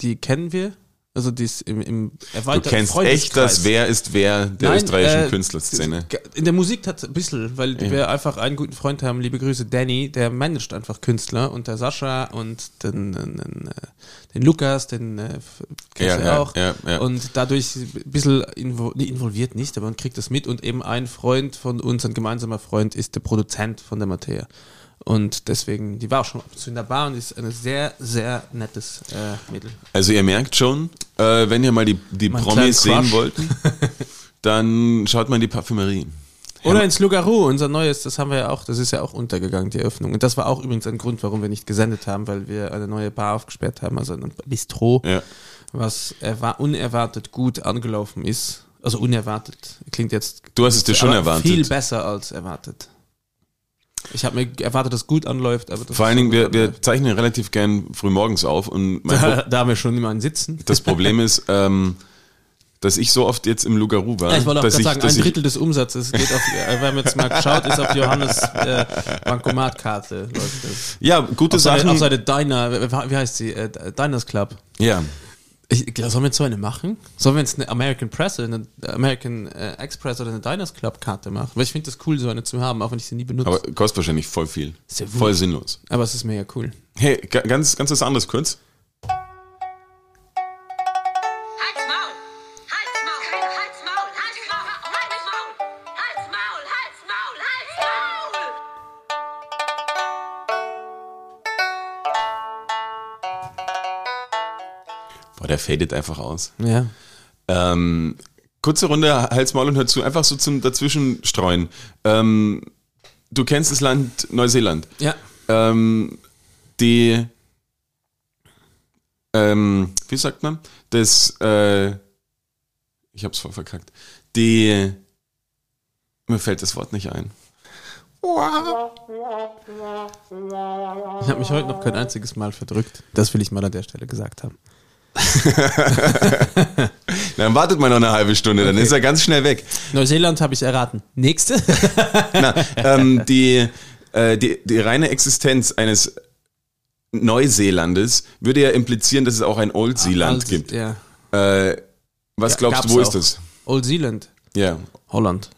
S3: die kennen wir. Also die ist im, im
S2: du
S3: erweiterten
S2: kennst echt
S3: Freundeskreis.
S2: das Wer ist Wer der
S3: Nein,
S2: österreichischen
S3: äh,
S2: Künstlerszene.
S3: In der Musik hat ein bisschen, weil wir einfach einen guten Freund haben, liebe Grüße, Danny, der managt einfach Künstler und der Sascha und den, den, den, äh, den Lukas, den äh, f- kennst
S2: Ja,
S3: du
S2: ja,
S3: auch.
S2: ja, ja.
S3: Und dadurch ein bisschen invo nee, involviert nicht, aber man kriegt das mit und eben ein Freund von uns, ein gemeinsamer Freund, ist der Produzent von der Materia. Und deswegen, die war auch schon ab und zu in der Bar und ist ein sehr, sehr nettes äh, Mädel.
S2: Also ihr merkt schon, äh, wenn ihr mal die, die
S3: Mein
S2: Promis
S3: kleinen
S2: sehen
S3: Crush.
S2: wollt, dann schaut mal in die Parfümerie.
S3: Oder ins Lugaru, unser neues, das haben wir ja auch, das ist ja auch untergegangen, die Eröffnung. Und das war auch übrigens ein Grund, warum wir nicht gesendet haben, weil wir eine neue Bar aufgesperrt haben, also ein Bistro,
S2: Ja.
S3: was erwa- unerwartet gut angelaufen ist. Also unerwartet, klingt jetzt
S2: Du hast es dir schon
S3: aber viel
S2: erwartet.
S3: besser als erwartet. Ich habe mir erwartet, dass gut anläuft, aber das
S2: Vor allen
S3: ist
S2: Dingen,
S3: so
S2: wir,
S3: gut
S2: wir
S3: anläuft.
S2: zeichnen relativ gern frühmorgens auf und mein Pro
S3: da, da haben wir schon jemanden sitzen.
S2: das Problem ist, ähm, dass ich so oft jetzt im Lugaru war,
S3: Ja, ich wollte auch
S2: dass,
S3: gerade
S2: ich,
S3: sagen, ein
S2: dass, ich,
S3: Drittel des Umsatzes geht auf, äh, wir haben jetzt mal geschaut, ist auf die Johannes äh, Bankomatkarte läuft das.
S2: ja gute
S3: Auf seine,
S2: Sachen,
S3: auf seine Diner, wie heißt sie? Äh, Diners Club.
S2: ja,
S3: Ich, sollen wir jetzt so eine machen? Sollen wir jetzt eine American Press oder eine American äh, Express oder eine Diners Club Karte machen? Weil ich finde das cool, so eine zu haben, auch wenn ich sie nie benutze.
S2: aber
S3: Aber,
S2: kostet wahrscheinlich voll viel,
S3: Ist ja wurscht.
S2: voll sinnlos.
S3: es ist mega cool.
S2: Hey, ga- ganz ganz was anderes kurz.
S5: Halt's Maul! Halt's Maul! Halt's Maul! Halt's Maul! Halt's Maul! Halt's Maul! Halt's Maul! Halt's Maul!
S2: Boah, der fadet einfach aus.
S3: Ja.
S2: Ähm, kurze Runde, halt's Maul und hör zu, einfach so zum Dazwischenstreuen. Ähm, du kennst das Land Neuseeland.
S3: Ja.
S2: Ähm, die, ähm, wie sagt man? Das, äh, ich hab's voll verkackt. Die, mir fällt das Wort nicht ein.
S3: Ich habe mich heute noch kein einziges Mal verdrückt. Das will ich mal an der Stelle gesagt haben.
S2: Dann wartet mal noch eine halbe Stunde, dann ist er ganz schnell weg.
S3: Neuseeland habe ich erraten. Nächste?
S2: Na, ähm, die, äh, die, die reine Existenz eines Neuseelandes würde ja implizieren, dass es auch ein Old Sealand
S3: Also,
S2: gibt.
S3: Ja.
S2: Äh, was glaubst du,
S3: gab's
S2: wo
S3: auch.
S2: ist das?
S3: Old Zealand.
S2: Ja,
S3: Holland.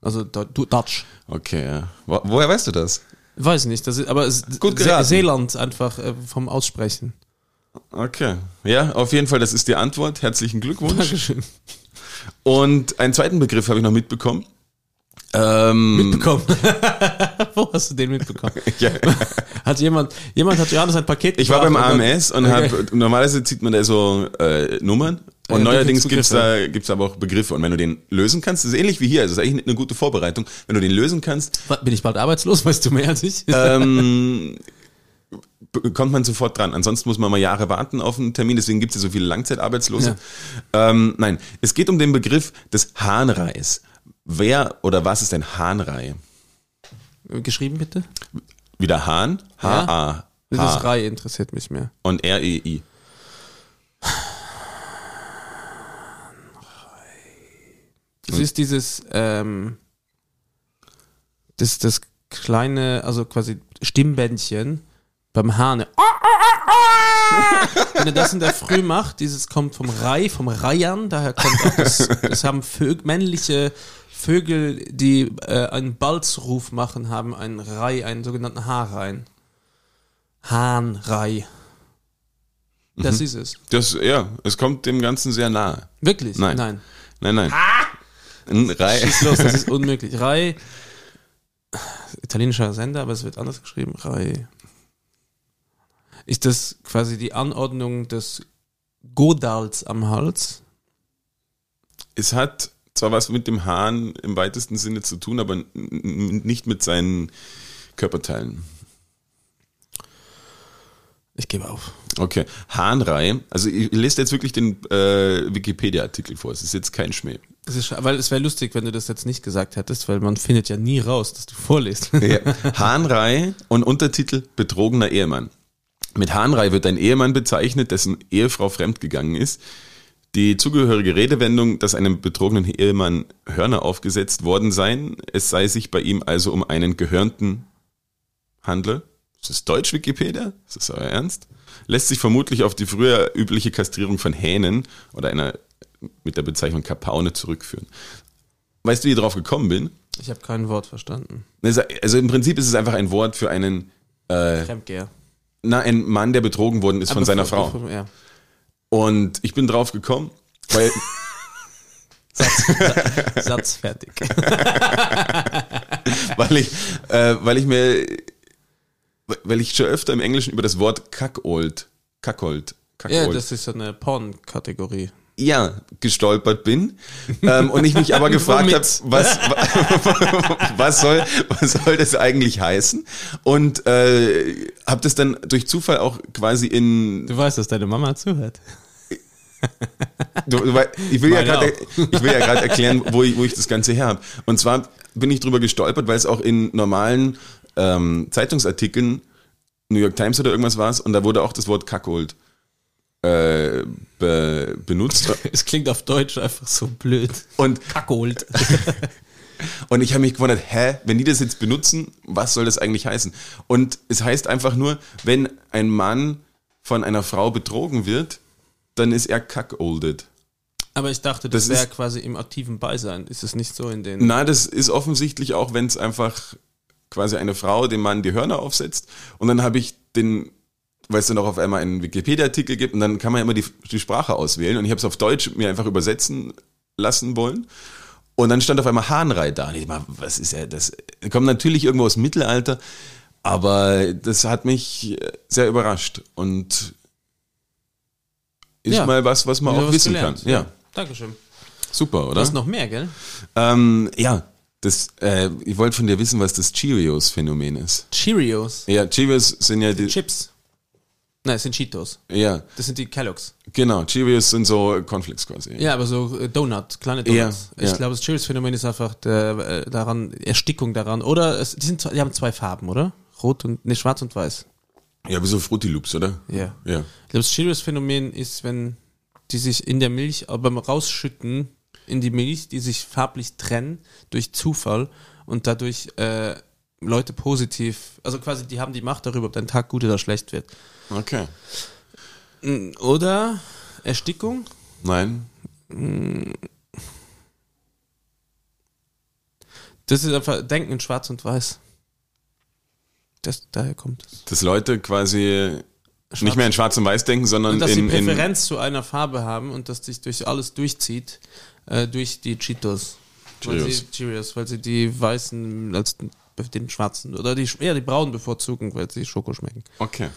S3: Also Do- Du- Dutch.
S2: okay. Ja. Wo, woher weißt du das?
S3: Weiß nicht, das ist, aber es,
S2: Gut
S3: Se-
S2: geraten.
S3: Seeland einfach äh, vom Aussprechen.
S2: Okay. Ja, auf jeden Fall, das ist die Antwort. Herzlichen Glückwunsch.
S3: Dankeschön.
S2: Und einen zweiten Begriff habe ich noch mitbekommen. Ähm,
S3: mitbekommen. Wo hast du den mitbekommen? Hat jemand, jemand hat Johannes ein Paket
S2: ich war beim
S3: gebracht und dann-
S2: AMS und
S3: Okay.
S2: hab, normalerweise zieht man da so äh, Nummern und
S3: Ja,
S2: neuerdings
S3: Begriffe.
S2: gibt's da gibt's aber auch Begriffe. Und wenn du den lösen kannst, das ist ähnlich wie hier, also das ist eigentlich eine gute Vorbereitung. Wenn du den lösen kannst,
S3: Was, Bin ich bald arbeitslos? Weißt du mehr als ich?
S2: ähm, b- kommt man sofort dran. Ansonsten muss man mal Jahre warten auf einen Termin, deswegen gibt's ja so viele Langzeitarbeitslose. Ähm, nein, es geht um den Begriff des Hahnreis. Wer oder was ist ein Hahnrei?
S3: Geschrieben bitte?
S2: Wieder Hahn, H-A.
S3: Das
S2: H
S3: Reihe interessiert mich mehr.
S2: und E R-E-I.
S3: Das ist dieses, ähm, das, das kleine, also quasi Stimmbändchen beim Hahne. Wenn er das in der Früh macht, dieses kommt vom Rai, vom Reiern, daher kommt auch das, das haben Vögel, männliche Vögel, die äh, einen Balzruf machen, haben einen Rai, einen sogenannten Haarrein. Hahnrei. Das ist es.
S2: Das, ja, es kommt dem Ganzen sehr nahe.
S3: Wirklich?
S2: Nein.
S3: Nein.
S2: Nein, nein. Ein Rei.
S3: Schieß los, das ist unmöglich. Rai. Italienischer Sender, aber es wird anders geschrieben. Rai. Ist das quasi die Anordnung des Godals am Hals?
S2: Es hat zwar was mit dem Hahn im weitesten Sinne zu tun, aber n- n- nicht mit seinen Körperteilen.
S3: Ich gebe auf.
S2: Okay. Hahnrei, also ich lese jetzt wirklich den äh, Wikipedia-Artikel vor. Es ist jetzt kein Schmäh.
S3: Das ist, scha- weil es wäre lustig, wenn du das jetzt nicht gesagt hättest, weil man findet ja nie raus, dass du vorlest.
S2: Ja. Hahnrei und Untertitel Betrogener Ehemann. Mit Hahnrei wird ein Ehemann bezeichnet, dessen Ehefrau fremdgegangen ist. Die zugehörige Redewendung, dass einem betrogenen Ehemann Hörner aufgesetzt worden seien, es sei sich bei ihm also um einen gehörnten handle, ist das Deutsch Wikipedia? Ist das euer Ernst? Lässt sich vermutlich auf die früher übliche Kastrierung von Hähnen oder einer mit der Bezeichnung Kapaune zurückführen. Weißt du, wie ich drauf gekommen bin?
S3: Ich habe kein Wort verstanden.
S2: Also also im Prinzip ist es einfach ein Wort für einen,
S3: Fremdgeher.
S2: na, ein Mann, der betrogen worden ist von seiner Frau.
S3: Ja.
S2: Und ich bin drauf gekommen, weil
S3: Satz fertig.
S2: weil ich, äh, weil ich mir, weil ich schon öfter im Englischen über das Wort kackold, kackold,
S3: ja,
S2: kackold,
S3: das ist eine Porn-Kategorie.
S2: ja, gestolpert bin ähm, und ich mich aber gefragt habe,
S3: Womit?
S2: was, was, soll, was soll das eigentlich heißen? Und äh, habe das dann durch Zufall auch quasi in,
S3: Du weißt, dass deine Mama zuhört.
S2: Du, du, wei- ich will ja
S3: Meine
S2: gerade ich will ja gerade erklären, wo ich, wo ich das Ganze her habe. Und zwar bin ich drüber gestolpert, weil es auch in normalen ähm, Zeitungsartikeln, New York Times oder irgendwas war es, und da wurde auch das Wort Kackold äh, be, benutzt.
S3: Es klingt auf Deutsch einfach so blöd.
S2: Und,
S3: Kackholt.
S2: und ich habe mich gewundert, hä, wenn die das jetzt benutzen, was soll das eigentlich heißen? Und es heißt einfach nur, wenn ein Mann von einer Frau betrogen wird, dann ist er kackolded.
S3: Aber ich dachte, das,
S2: Das
S3: wäre
S2: ist-
S3: quasi im aktiven Beisein. Ist es nicht so in den.
S2: Na, das ist offensichtlich auch, wenn es einfach quasi eine Frau dem Mann die Hörner aufsetzt und dann habe ich den, weil es dann auch auf einmal einen Wikipedia-Artikel gibt und dann kann man ja immer die, die Sprache auswählen und ich habe es auf Deutsch mir einfach übersetzen lassen wollen und dann stand auf einmal Hahnrei da und ich dachte, mal, was ist ja das? Kommt natürlich irgendwo aus dem Mittelalter, aber das hat mich äh, sehr überrascht und ist
S3: Ja.
S2: mal was, was man
S3: Wieder
S2: auch
S3: was
S2: wissen
S3: gelernt.
S2: kann. Ja,
S3: Dankeschön.
S2: super, oder?
S3: Du hast noch mehr, gell?
S2: Ähm, ja, das, äh, ich wollte von dir wissen, was das Cheerios-Phänomen ist.
S3: Cheerios.
S2: Ja, Cheerios sind ja die.
S3: Chips. Nein, es sind Cheetos.
S2: Ja,
S3: Das sind die Kelloggs.
S2: genau. Cheerios sind so Cornflakes quasi.
S3: Ja, aber so äh, Donut, kleine Donuts.
S2: Ja,
S3: ich
S2: ja.
S3: glaube, das Cheerios-Phänomen ist einfach der, äh, daran, Erstickung daran. Oder es, die, sind, zwei- die haben zwei Farben, oder? Rot und, ne, schwarz und weiß.
S2: Ja, wie so Fruity Loops, oder?
S3: Ja.
S2: Ja.
S3: Ich glaube, das Cheerios-Phänomen ist, wenn die sich in der Milch, aber beim Rausschütten in die Milch, die sich farblich trennen durch Zufall und dadurch äh, Leute positiv, also quasi die haben die Macht darüber, ob dein Tag gut oder schlecht wird.
S2: Okay.
S3: Oder Erstickung?
S2: Nein.
S3: Das ist einfach Denken in Schwarz und Weiß. Das, daher kommt es.
S2: Dass Leute quasi nicht mehr in Schwarz und Weiß denken, sondern
S3: Und dass
S2: in,
S3: sie
S2: in.
S3: Präferenz zu einer Farbe haben und das sich durch alles durchzieht, äh, durch die Cheetos. Weil
S2: Cheerios.
S3: sie, Cheerios, weil sie die weißen als den schwarzen oder die, Sch- ja, die braunen bevorzugen, weil sie Schoko schmecken.
S2: Okay.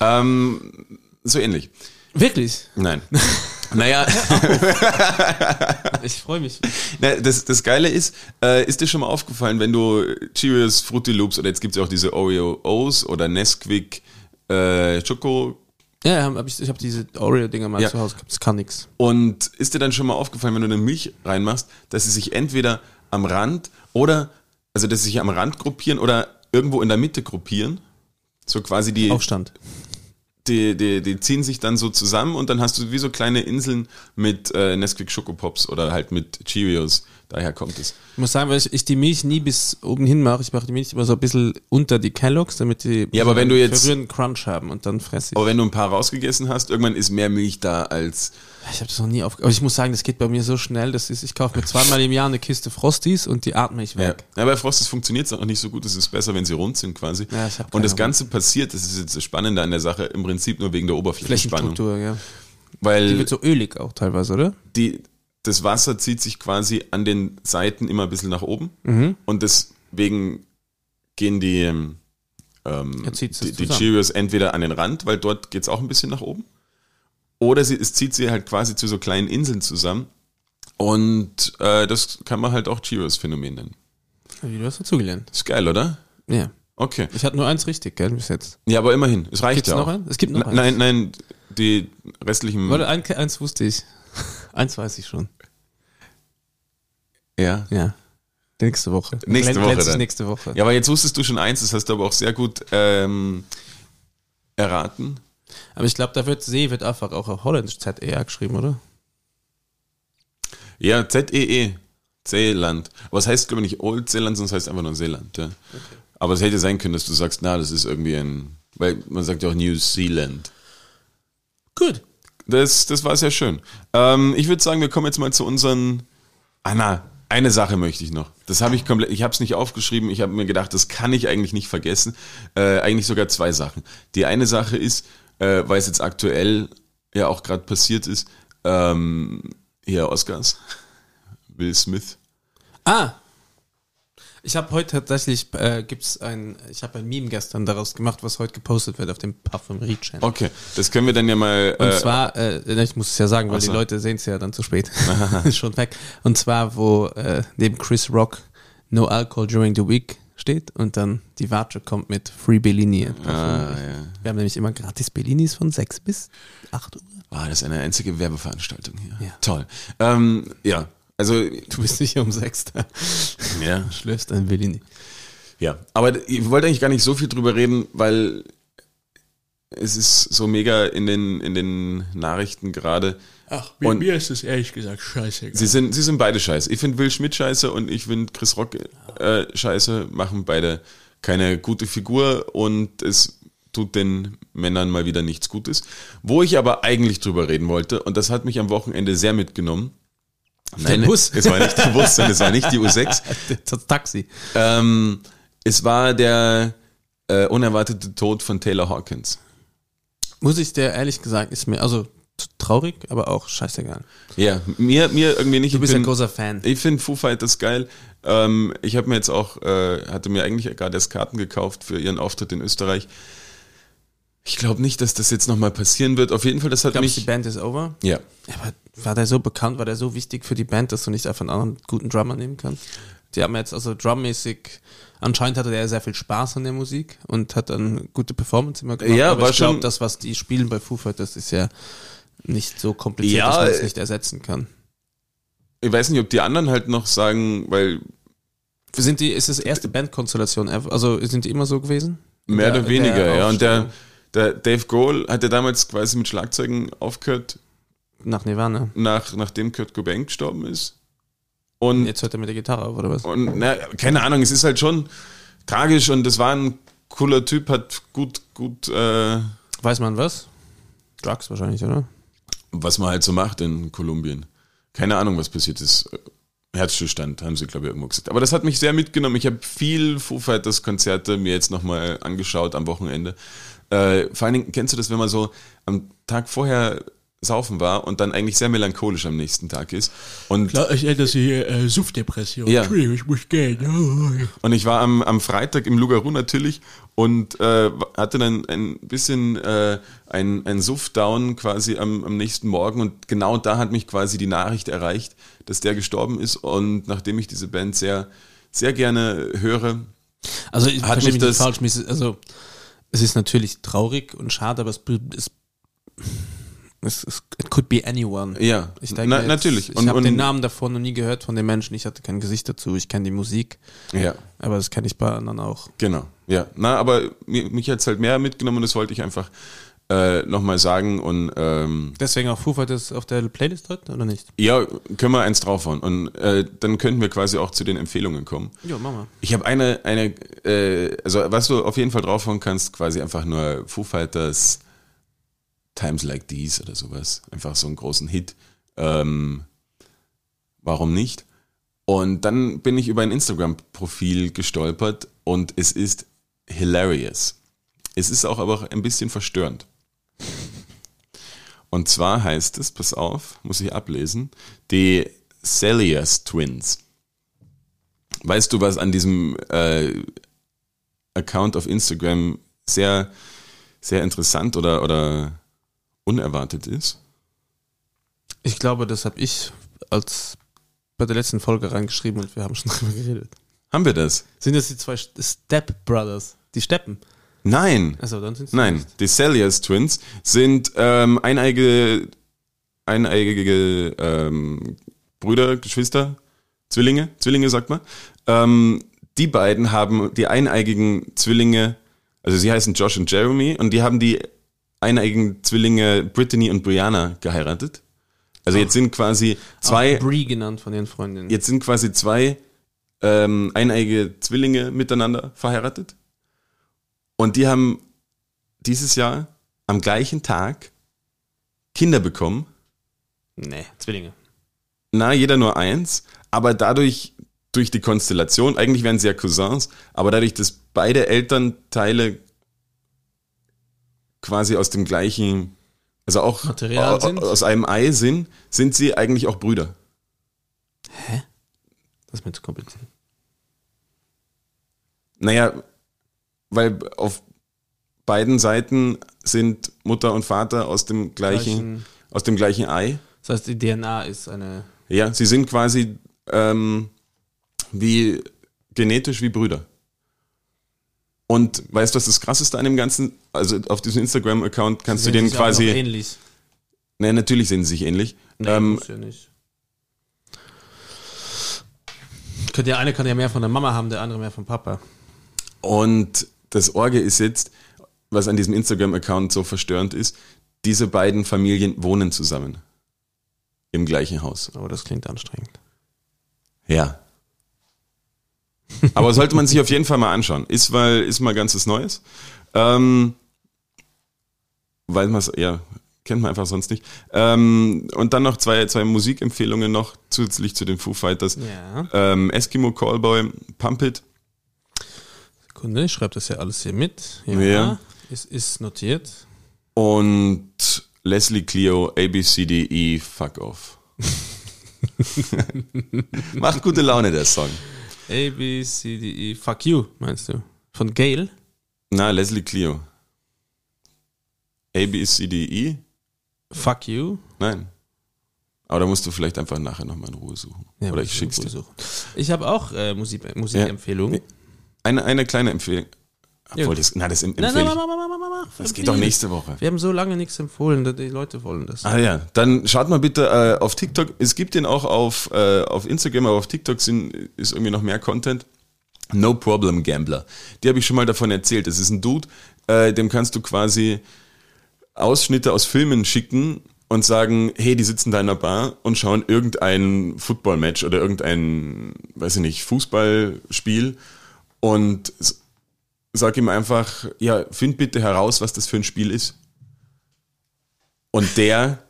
S2: Ähm, so ähnlich.
S3: Wirklich?
S2: Nein. naja,
S3: Ich freue mich.
S2: na, das, das Geile ist, äh, ist dir schon mal aufgefallen, wenn du Cheerios, Fruity Loops oder jetzt gibt es ja auch diese Oreo O's oder Nesquik äh, Schoko
S3: Ja, hab hab ich, ich habe diese Oreo-Dinger mal
S2: Ja.
S3: zu Hause gehabt. Das kann nix.
S2: Und ist dir dann schon mal aufgefallen, wenn du eine Milch reinmachst, dass sie sich entweder am Rand oder, also dass sie sich am Rand gruppieren oder irgendwo in der Mitte gruppieren? So quasi die,
S3: Aufstand.
S2: die, die, die ziehen sich dann so zusammen und dann hast du wie so kleine Inseln mit äh, Nesquik Schokopops oder halt mit Cheerios. Daher kommt es.
S3: Ich muss sagen, weil ich, ich die Milch nie bis oben hin mache. Ich mache die Milch immer so ein bisschen unter die Kelloggs, damit die
S2: Ja, aber wenn du jetzt- Oh.
S3: verrührenden Crunch haben und dann fresse ich.
S2: Aber wenn du ein paar rausgegessen hast, irgendwann ist mehr Milch da als.
S3: Ich habe das noch nie auf. Aber ich muss sagen, das geht bei mir so schnell. Das ist, ich kaufe mir zweimal im Jahr eine Kiste Frosties und die atme ich
S2: Ja.
S3: weg.
S2: Ja, bei Frostes funktioniert es auch nicht so gut. Es ist besser, wenn sie rund sind quasi.
S3: Ja, ich hab keine
S2: und das
S3: Ahnung.
S2: Ganze passiert, das ist jetzt das Spannende an der Sache, im Prinzip nur wegen der Oberflächenspannung.
S3: Flächenstruktur, ja.
S2: Weil
S3: Die wird so ölig auch teilweise, oder?
S2: die, das Wasser zieht sich quasi an den Seiten immer ein bisschen nach oben
S3: Mhm.
S2: und deswegen gehen die, ähm,
S3: Ja, zieht's
S2: die,
S3: das
S2: die
S3: zusammen.
S2: Cheerios entweder an den Rand, weil dort geht es auch ein bisschen nach oben, oder sie, es zieht sie halt quasi zu so kleinen Inseln zusammen und äh, das kann man halt auch Cheerios-Phänomen nennen.
S3: Wie du hast dazugelernt.
S2: Ist geil, oder?
S3: Ja.
S2: Okay.
S3: Ich hatte nur eins richtig, gell, bis jetzt.
S2: Ja, aber immerhin, es reicht
S3: Gibt's
S2: ja auch.
S3: noch einen? Es gibt noch
S2: N- Nein, nein, die restlichen...
S3: Warte, ein, eins wusste ich. eins weiß ich schon.
S2: Ja.
S3: Ja. Nächste Woche.
S2: Nächste
S3: Glän-
S2: Woche
S3: glänzt
S2: dann.
S3: nächste Woche.
S2: Ja, aber jetzt wusstest du schon eins, das hast du aber auch sehr gut ähm, erraten.
S3: Aber ich glaube, da wird See wird einfach auch auf Holländisch ZEA geschrieben, oder?
S2: Ja, Z-E-E, Zeeland. Aber es heißt, glaube ich, nicht Old Zeeland, sondern es heißt einfach nur Seeland. Ja. Aber es hätte sein können, dass du sagst, na, das ist irgendwie ein, weil man sagt ja auch New Zealand.
S3: Gut.
S2: Das, das war sehr schön. Ähm, ich würde sagen, wir kommen jetzt mal zu unseren. Ah, na, eine Sache möchte ich noch. Das habe ich komplett. Ich habe es nicht aufgeschrieben. Ich habe mir gedacht, das kann ich eigentlich nicht vergessen. Äh, eigentlich sogar zwei Sachen. Die eine Sache ist, äh, weil es jetzt aktuell ja auch gerade passiert ist, ähm, hier Oscars, Will Smith.
S3: Ah! Ich habe heute tatsächlich, äh, gibt's ein, ich habe ein Meme gestern daraus gemacht, was heute gepostet wird auf dem Parfumerie-Channel.
S2: Okay, das können wir dann ja mal.
S3: Und
S2: äh,
S3: zwar, äh, ne, ich muss es ja sagen, weil
S2: Ach so.
S3: die Leute sehen es ja dann zu spät. Ist schon weg. Und zwar, wo äh, neben Chris Rock No Alcohol During the Week steht und dann die Watsche kommt mit Free Bellini.
S2: ah, ja.
S3: Wir haben nämlich immer gratis Bellinis von 6 bis 8 Uhr.
S2: Ah, das ist eine einzige Werbeveranstaltung hier.
S3: Ja.
S2: Toll. Ähm, ja, also
S3: Du bist nicht um 6 da.
S2: ja.
S3: Schläfst ein Bellini.
S2: Ja, aber ich wollte eigentlich gar nicht so viel drüber reden, weil es ist so mega in den, in den Nachrichten gerade.
S6: Ach,
S2: Und-
S6: mit mir ist es ehrlich gesagt scheißegal.
S2: Sie sind, sie sind beide scheiße. Ich finde Will Schmidt scheiße und ich finde Chris Rock äh, scheiße, machen beide keine gute Figur und es tut den Männern mal wieder nichts Gutes. Wo ich aber eigentlich drüber reden wollte, und das hat mich am Wochenende sehr mitgenommen. Nein,
S3: Bus.
S2: Es war nicht der Bus, sondern es war nicht die U6.
S3: Das Taxi.
S2: Ähm, es war der äh, unerwartete Tod von Taylor Hawkins.
S3: Muss ich dir ehrlich gesagt, ist mir also t- traurig, aber auch scheißegal.
S2: Ja, mir, mir irgendwie nicht.
S3: Du bist
S2: ich
S3: ja ein
S2: bin-
S3: großer Fan.
S2: ich finde Foo Fighters geil. Ähm, ich habe mir jetzt auch, äh, hatte mir eigentlich gerade erst Karten gekauft für ihren Auftritt in Österreich. Ich glaube nicht, dass das jetzt nochmal passieren wird. Auf jeden Fall, das hat
S3: Glaubst du, die
S2: mich.
S3: Band ist over?
S2: Ja.
S3: Aber war der so bekannt, war der so wichtig für die Band, dass du nicht einfach einen anderen guten Drummer nehmen kannst? Die haben jetzt also drummäßig, anscheinend hatte der sehr viel Spaß an der Musik und hat dann gute Performance immer gemacht.
S2: Ja,
S3: aber
S2: war
S3: ich glaube,
S2: schon-
S3: das, was die spielen bei Foo Fighters, ist ja nicht so kompliziert,
S2: Ja,
S3: dass man es
S2: äh,
S3: nicht ersetzen kann.
S2: Ich weiß nicht, ob die anderen halt noch sagen, weil
S3: Sind die, ist das erste Bandkonstellation ever? Also sind die immer so gewesen? In
S2: mehr
S3: der-
S2: oder
S3: in der
S2: weniger, ja. Und
S3: Aufstellung
S2: der, der Dave Grohl hat ja damals quasi mit Schlagzeugen aufgehört,
S3: Nach Nirvana.
S2: nach, nachdem Kurt Cobain gestorben ist. Und
S3: Jetzt hört er mit der Gitarre auf, oder was?
S2: Und na, keine Ahnung, es ist halt schon tragisch und es war ein cooler Typ, hat gut, gut, äh,
S3: Weiß man was? Drugs wahrscheinlich, oder?
S2: was man halt so macht in Kolumbien. Keine Ahnung, was passiert ist. Herzstillstand, haben sie, glaube ich, irgendwo gesagt. Aber das hat mich sehr mitgenommen. Ich habe viel Foo Fighters Konzerte mir jetzt nochmal angeschaut am Wochenende. Äh, vor allen Dingen, kennst du das, wenn man so am Tag vorher saufen war und dann eigentlich sehr melancholisch am nächsten Tag ist. Und
S6: Klar, ich hätte sie hier äh, Suffdepression.
S2: Ja.
S6: Entschuldigung, ich muss gehen.
S2: Und ich war am, am Freitag im Lugaru natürlich und äh, hatte dann ein bisschen äh, ein, ein Suff-Down quasi am, am nächsten Morgen. Und genau da hat mich quasi die Nachricht erreicht, dass der gestorben ist. Und nachdem ich diese Band sehr, sehr gerne höre,
S3: Also ich
S2: Hat mich
S3: verstehe mich nicht
S2: das-
S3: falsch, mich ist- also es ist natürlich traurig und schade, aber es, be- es, es, es it could be anyone.
S2: ja,
S3: Ich denke,
S2: na,
S3: jetzt-
S2: natürlich.
S3: ich habe den Namen davor noch nie gehört von den Menschen. Ich hatte kein Gesicht dazu. Ich kenne die Musik,
S2: Ja,
S3: aber das kenne ich bei anderen auch.
S2: genau. Ja, na, aber mi- mich hat's halt mehr mitgenommen und das wollte ich einfach äh, nochmal sagen. Und ähm,
S3: Deswegen auch Foo Fighters auf der Playlist drin oder nicht?
S2: ja, können wir eins draufhauen. Und äh, dann könnten wir quasi auch zu den Empfehlungen kommen.
S3: Jo, mach mal.
S2: Ich habe eine, eine, äh, also was du auf jeden Fall draufhauen kannst, quasi einfach nur Foo Fighters Times Like These oder sowas. Einfach so einen großen Hit. Ähm, warum nicht? Und dann bin ich über ein Instagram-Profil gestolpert und es ist hilarious. Es ist auch aber ein bisschen verstörend. Und zwar heißt es, pass auf, muss ich ablesen, die Celias Twins. Weißt du, was an diesem äh, Account auf Instagram sehr, sehr interessant oder, oder unerwartet ist?
S3: Ich glaube, das habe ich als bei der letzten Folge reingeschrieben und wir haben schon drüber geredet.
S2: Haben wir das?
S3: Sind das die zwei Step Brothers? Die Steppen.
S2: Nein,
S3: Also dann sind
S2: nein. Die Celias Twins sind ähm, eineige, eineigige ähm, Brüder, Geschwister, Zwillinge, Zwillinge sagt man. Ähm, die beiden haben die eineigigen Zwillinge, also sie heißen Josh und Jeremy und die haben die eineigigen Zwillinge Brittany und Brianna geheiratet. Also jetzt sind quasi zwei,
S3: Bree genannt von ihren Freundinnen.
S2: jetzt sind quasi zwei ähm, eineige Zwillinge miteinander verheiratet. Und die haben dieses Jahr am gleichen Tag Kinder bekommen.
S3: Nee, Zwillinge.
S2: Na, jeder nur eins, aber dadurch, durch die Konstellation, eigentlich wären sie ja Cousins, aber dadurch, dass beide Elternteile quasi aus dem gleichen, also auch
S3: Material
S2: au-
S3: sind?
S2: aus einem Ei sind, sind sie eigentlich auch Brüder.
S3: Das ist mir zu kompliziert.
S2: Naja, weil auf beiden Seiten sind Mutter und Vater aus dem gleichen,
S3: Gleichen.
S2: aus dem gleichen Ei.
S3: Das heißt, die DNA ist eine.
S2: Ja, sie sind quasi ähm, wie genetisch wie Brüder. Und weißt du, was das krasseste an dem Ganzen, also auf diesem Instagram-Account kannst du
S3: Sehen
S2: den
S3: sich aber noch
S2: quasi,
S3: ähnlich.
S2: ne, natürlich sehen sie sich ähnlich.
S3: Nee,
S2: ähm,
S3: muss ja nicht. Könnte ja, eine kann ja mehr von der Mama haben, der andere mehr von Papa.
S2: Und das Orge ist jetzt, was an diesem Instagram-Account so verstörend ist, diese beiden Familien wohnen zusammen. Im gleichen Haus.
S3: Aber das klingt anstrengend.
S2: Ja. Aber sollte man sich auf jeden Fall mal anschauen. Ist, weil, ist mal ganz was Neues. Ähm, weil man es, ja, kennt man einfach sonst nicht. Ähm, und dann noch zwei, zwei Musikempfehlungen noch zusätzlich zu den Foo Fighters.
S3: Ja.
S2: Ähm, Eskimo Callboy, Pump It.
S3: Sekunde, ich schreibe das ja alles hier mit. Ja.
S2: Ja.
S3: Es ist notiert.
S2: Und Leslie Clio, ABCDE, E, Fuck Off. Macht gute Laune, der Song.
S3: A, B, C, D, E, fuck you, meinst du? Von Gail?
S2: Na, Leslie Clio. ABCDE?
S3: Fuck you.
S2: Nein. Aber da musst du vielleicht einfach nachher nochmal in Ruhe suchen.
S3: Ja,
S2: Oder
S3: muss
S2: ich
S3: in
S2: schick's
S3: Ruhe
S2: dir.
S3: suchen. Ich habe auch äh, Musik, Musikempfehlungen.
S2: Ja. Eine, eine kleine Empfehlung.
S3: Ja.
S2: Obwohl, das, na, das empfehle
S3: Nein, nein,
S2: ich.
S3: mach, mach, mach, mach, mach, mach.
S2: Das geht doch nächste Woche.
S3: Wir haben so lange nichts empfohlen, dass die Leute wollen das.
S2: Ah ja, dann schaut mal bitte äh, auf TikTok. Es gibt den auch auf, äh, auf Instagram, aber auf TikTok sind, ist irgendwie noch mehr Content. No Problem Gambler. Die habe ich schon mal davon erzählt. Das ist ein Dude, äh, dem kannst du quasi Ausschnitte aus Filmen schicken und sagen, hey, die sitzen da in einer Bar und schauen irgendein Football-Match oder irgendein, weiß ich nicht, Fußballspiel und s- sag ihm einfach, ja, find bitte heraus, was das für ein Spiel ist. Und der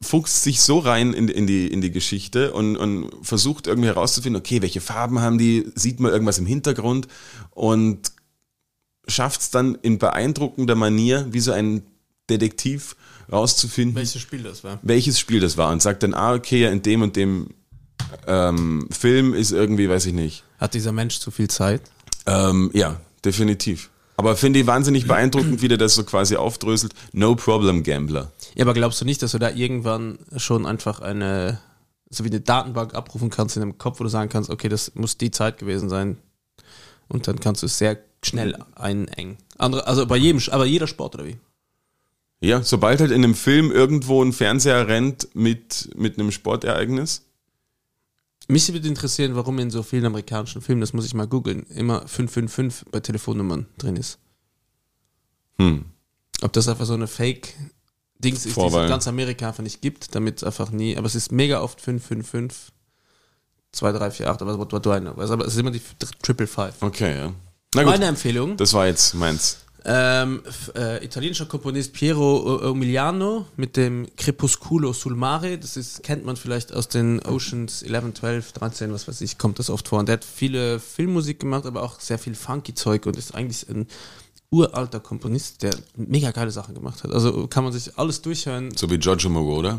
S2: fuchst sich so rein in, in, die, in die Geschichte und, und versucht irgendwie herauszufinden, okay, welche Farben haben die, sieht man irgendwas im Hintergrund und schafft es dann in beeindruckender Manier, wie so ein Detektiv, rauszufinden,
S3: Welches Spiel das war?
S2: welches Spiel das war und sagt dann, ah, okay, ja, in dem und dem ähm, Film ist irgendwie, weiß ich nicht.
S3: Hat dieser Mensch zu viel Zeit?
S2: Ähm, ja, definitiv. Aber finde ich wahnsinnig beeindruckend, wie der das so quasi aufdröselt. No problem, Gambler.
S3: Ja, aber glaubst du nicht, dass du da irgendwann schon einfach eine, so wie eine Datenbank abrufen kannst in deinem Kopf, wo du sagen kannst, okay, das muss die Zeit gewesen sein. Und dann kannst du es sehr schnell einengen. Andere, also bei jedem, aber jeder Sport oder wie?
S2: Ja, sobald halt in einem Film irgendwo ein Fernseher rennt mit, mit einem Sportereignis.
S3: Mich würde interessieren, warum in so vielen amerikanischen Filmen, das muss ich mal googeln, immer 555 bei Telefonnummern drin ist.
S2: Hm.
S3: Ob das einfach so eine Fake-Dings ist, die es
S2: Vorwahl.
S3: in ganz Amerika einfach nicht gibt, damit es einfach nie, aber es ist mega oft 555, 2, 3, 4, 8, aber what, what do I know? Weißt du, Aber es ist immer die Triple Five.
S2: Okay, ja. Na gut,
S3: Meine Empfehlung,
S2: das war jetzt meins.
S3: ähm, f- äh, italienischer Komponist Piero äh, Umiliano mit dem Crepusculo sul mare, das ist, kennt man vielleicht aus den Oceans 11, 12, 13, was weiß ich, kommt das oft vor. Und der hat viele Filmmusik gemacht, aber auch sehr viel Funky-Zeug und ist eigentlich ein uralter Komponist, der mega geile Sachen gemacht hat. Also kann man sich alles durchhören,
S2: So wie Giorgio Moroder.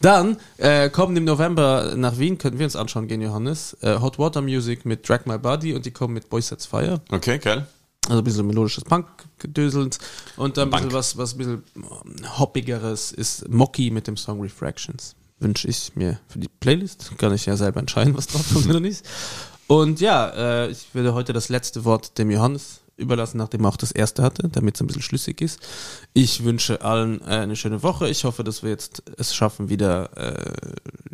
S3: Dann äh, kommen im November nach Wien, könnten wir uns anschauen gehen, Johannes. Äh, Hot Water Music mit Drag My Body und die kommen mit Boy Sets Fire.
S2: Okay, geil.
S3: Also ein bisschen melodisches Punk-Gedöselnd. Und dann ein bisschen was, was ein bisschen ähm, hoppigeres ist Mocky mit dem Song Refractions. Wünsche ich mir für die Playlist. Kann ich ja selber entscheiden, was drauf kommt oder nicht. Und ja, äh, ich würde heute das letzte Wort dem Johannes überlassen, nachdem er auch das erste hatte, damit es ein bisschen schlüssig ist. Ich wünsche allen äh, eine schöne Woche. Ich hoffe, dass wir jetzt es schaffen, wieder äh,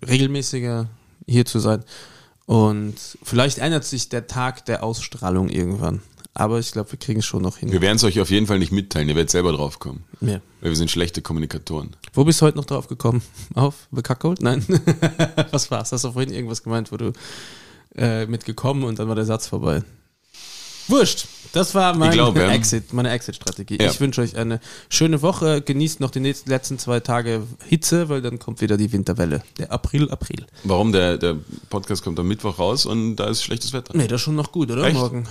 S3: regelmäßiger hier zu sein. Und vielleicht ändert sich der Tag der Ausstrahlung irgendwann. Aber ich glaube, wir kriegen es schon noch hin.
S2: Wir werden es euch auf jeden Fall nicht mitteilen, ihr werdet selber drauf kommen.
S3: Ja.
S2: Weil wir sind schlechte Kommunikatoren.
S3: Wo bist du heute noch drauf gekommen? Auf The Cuckold? Nein. Was war's? Hast du vorhin irgendwas gemeint, wo du äh, mitgekommen und dann war der Satz vorbei. Wurscht. Das war mein
S2: glaub, ja.
S3: Exit, meine Exit-Strategie.
S2: Ja.
S3: Ich wünsche euch eine schöne Woche. Genießt noch die nächsten, letzten zwei Tage Hitze, weil dann kommt wieder die Winterwelle. Der April, April.
S2: Warum? Der, der Podcast kommt am Mittwoch raus und da ist schlechtes Wetter.
S3: Nee, das ist schon noch gut, oder?
S2: Echt?
S3: Morgen.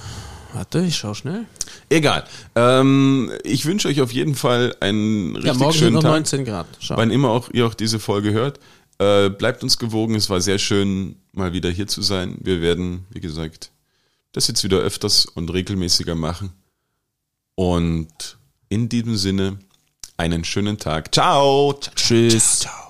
S3: Warte, ich schau schnell.
S2: Egal. Ähm, ich wünsche euch auf jeden Fall einen richtig
S3: ja, morgen sind
S2: schönen
S3: noch
S2: Tag.
S3: 19 Grad. Schau.
S2: Wann immer auch ihr auch diese Folge hört, äh, bleibt uns gewogen. Es war sehr schön, mal wieder hier zu sein. Wir werden, wie gesagt, das jetzt wieder öfters und regelmäßiger machen. Und in diesem Sinne, einen schönen Tag. Ciao. Tschüss. Ciao. ciao.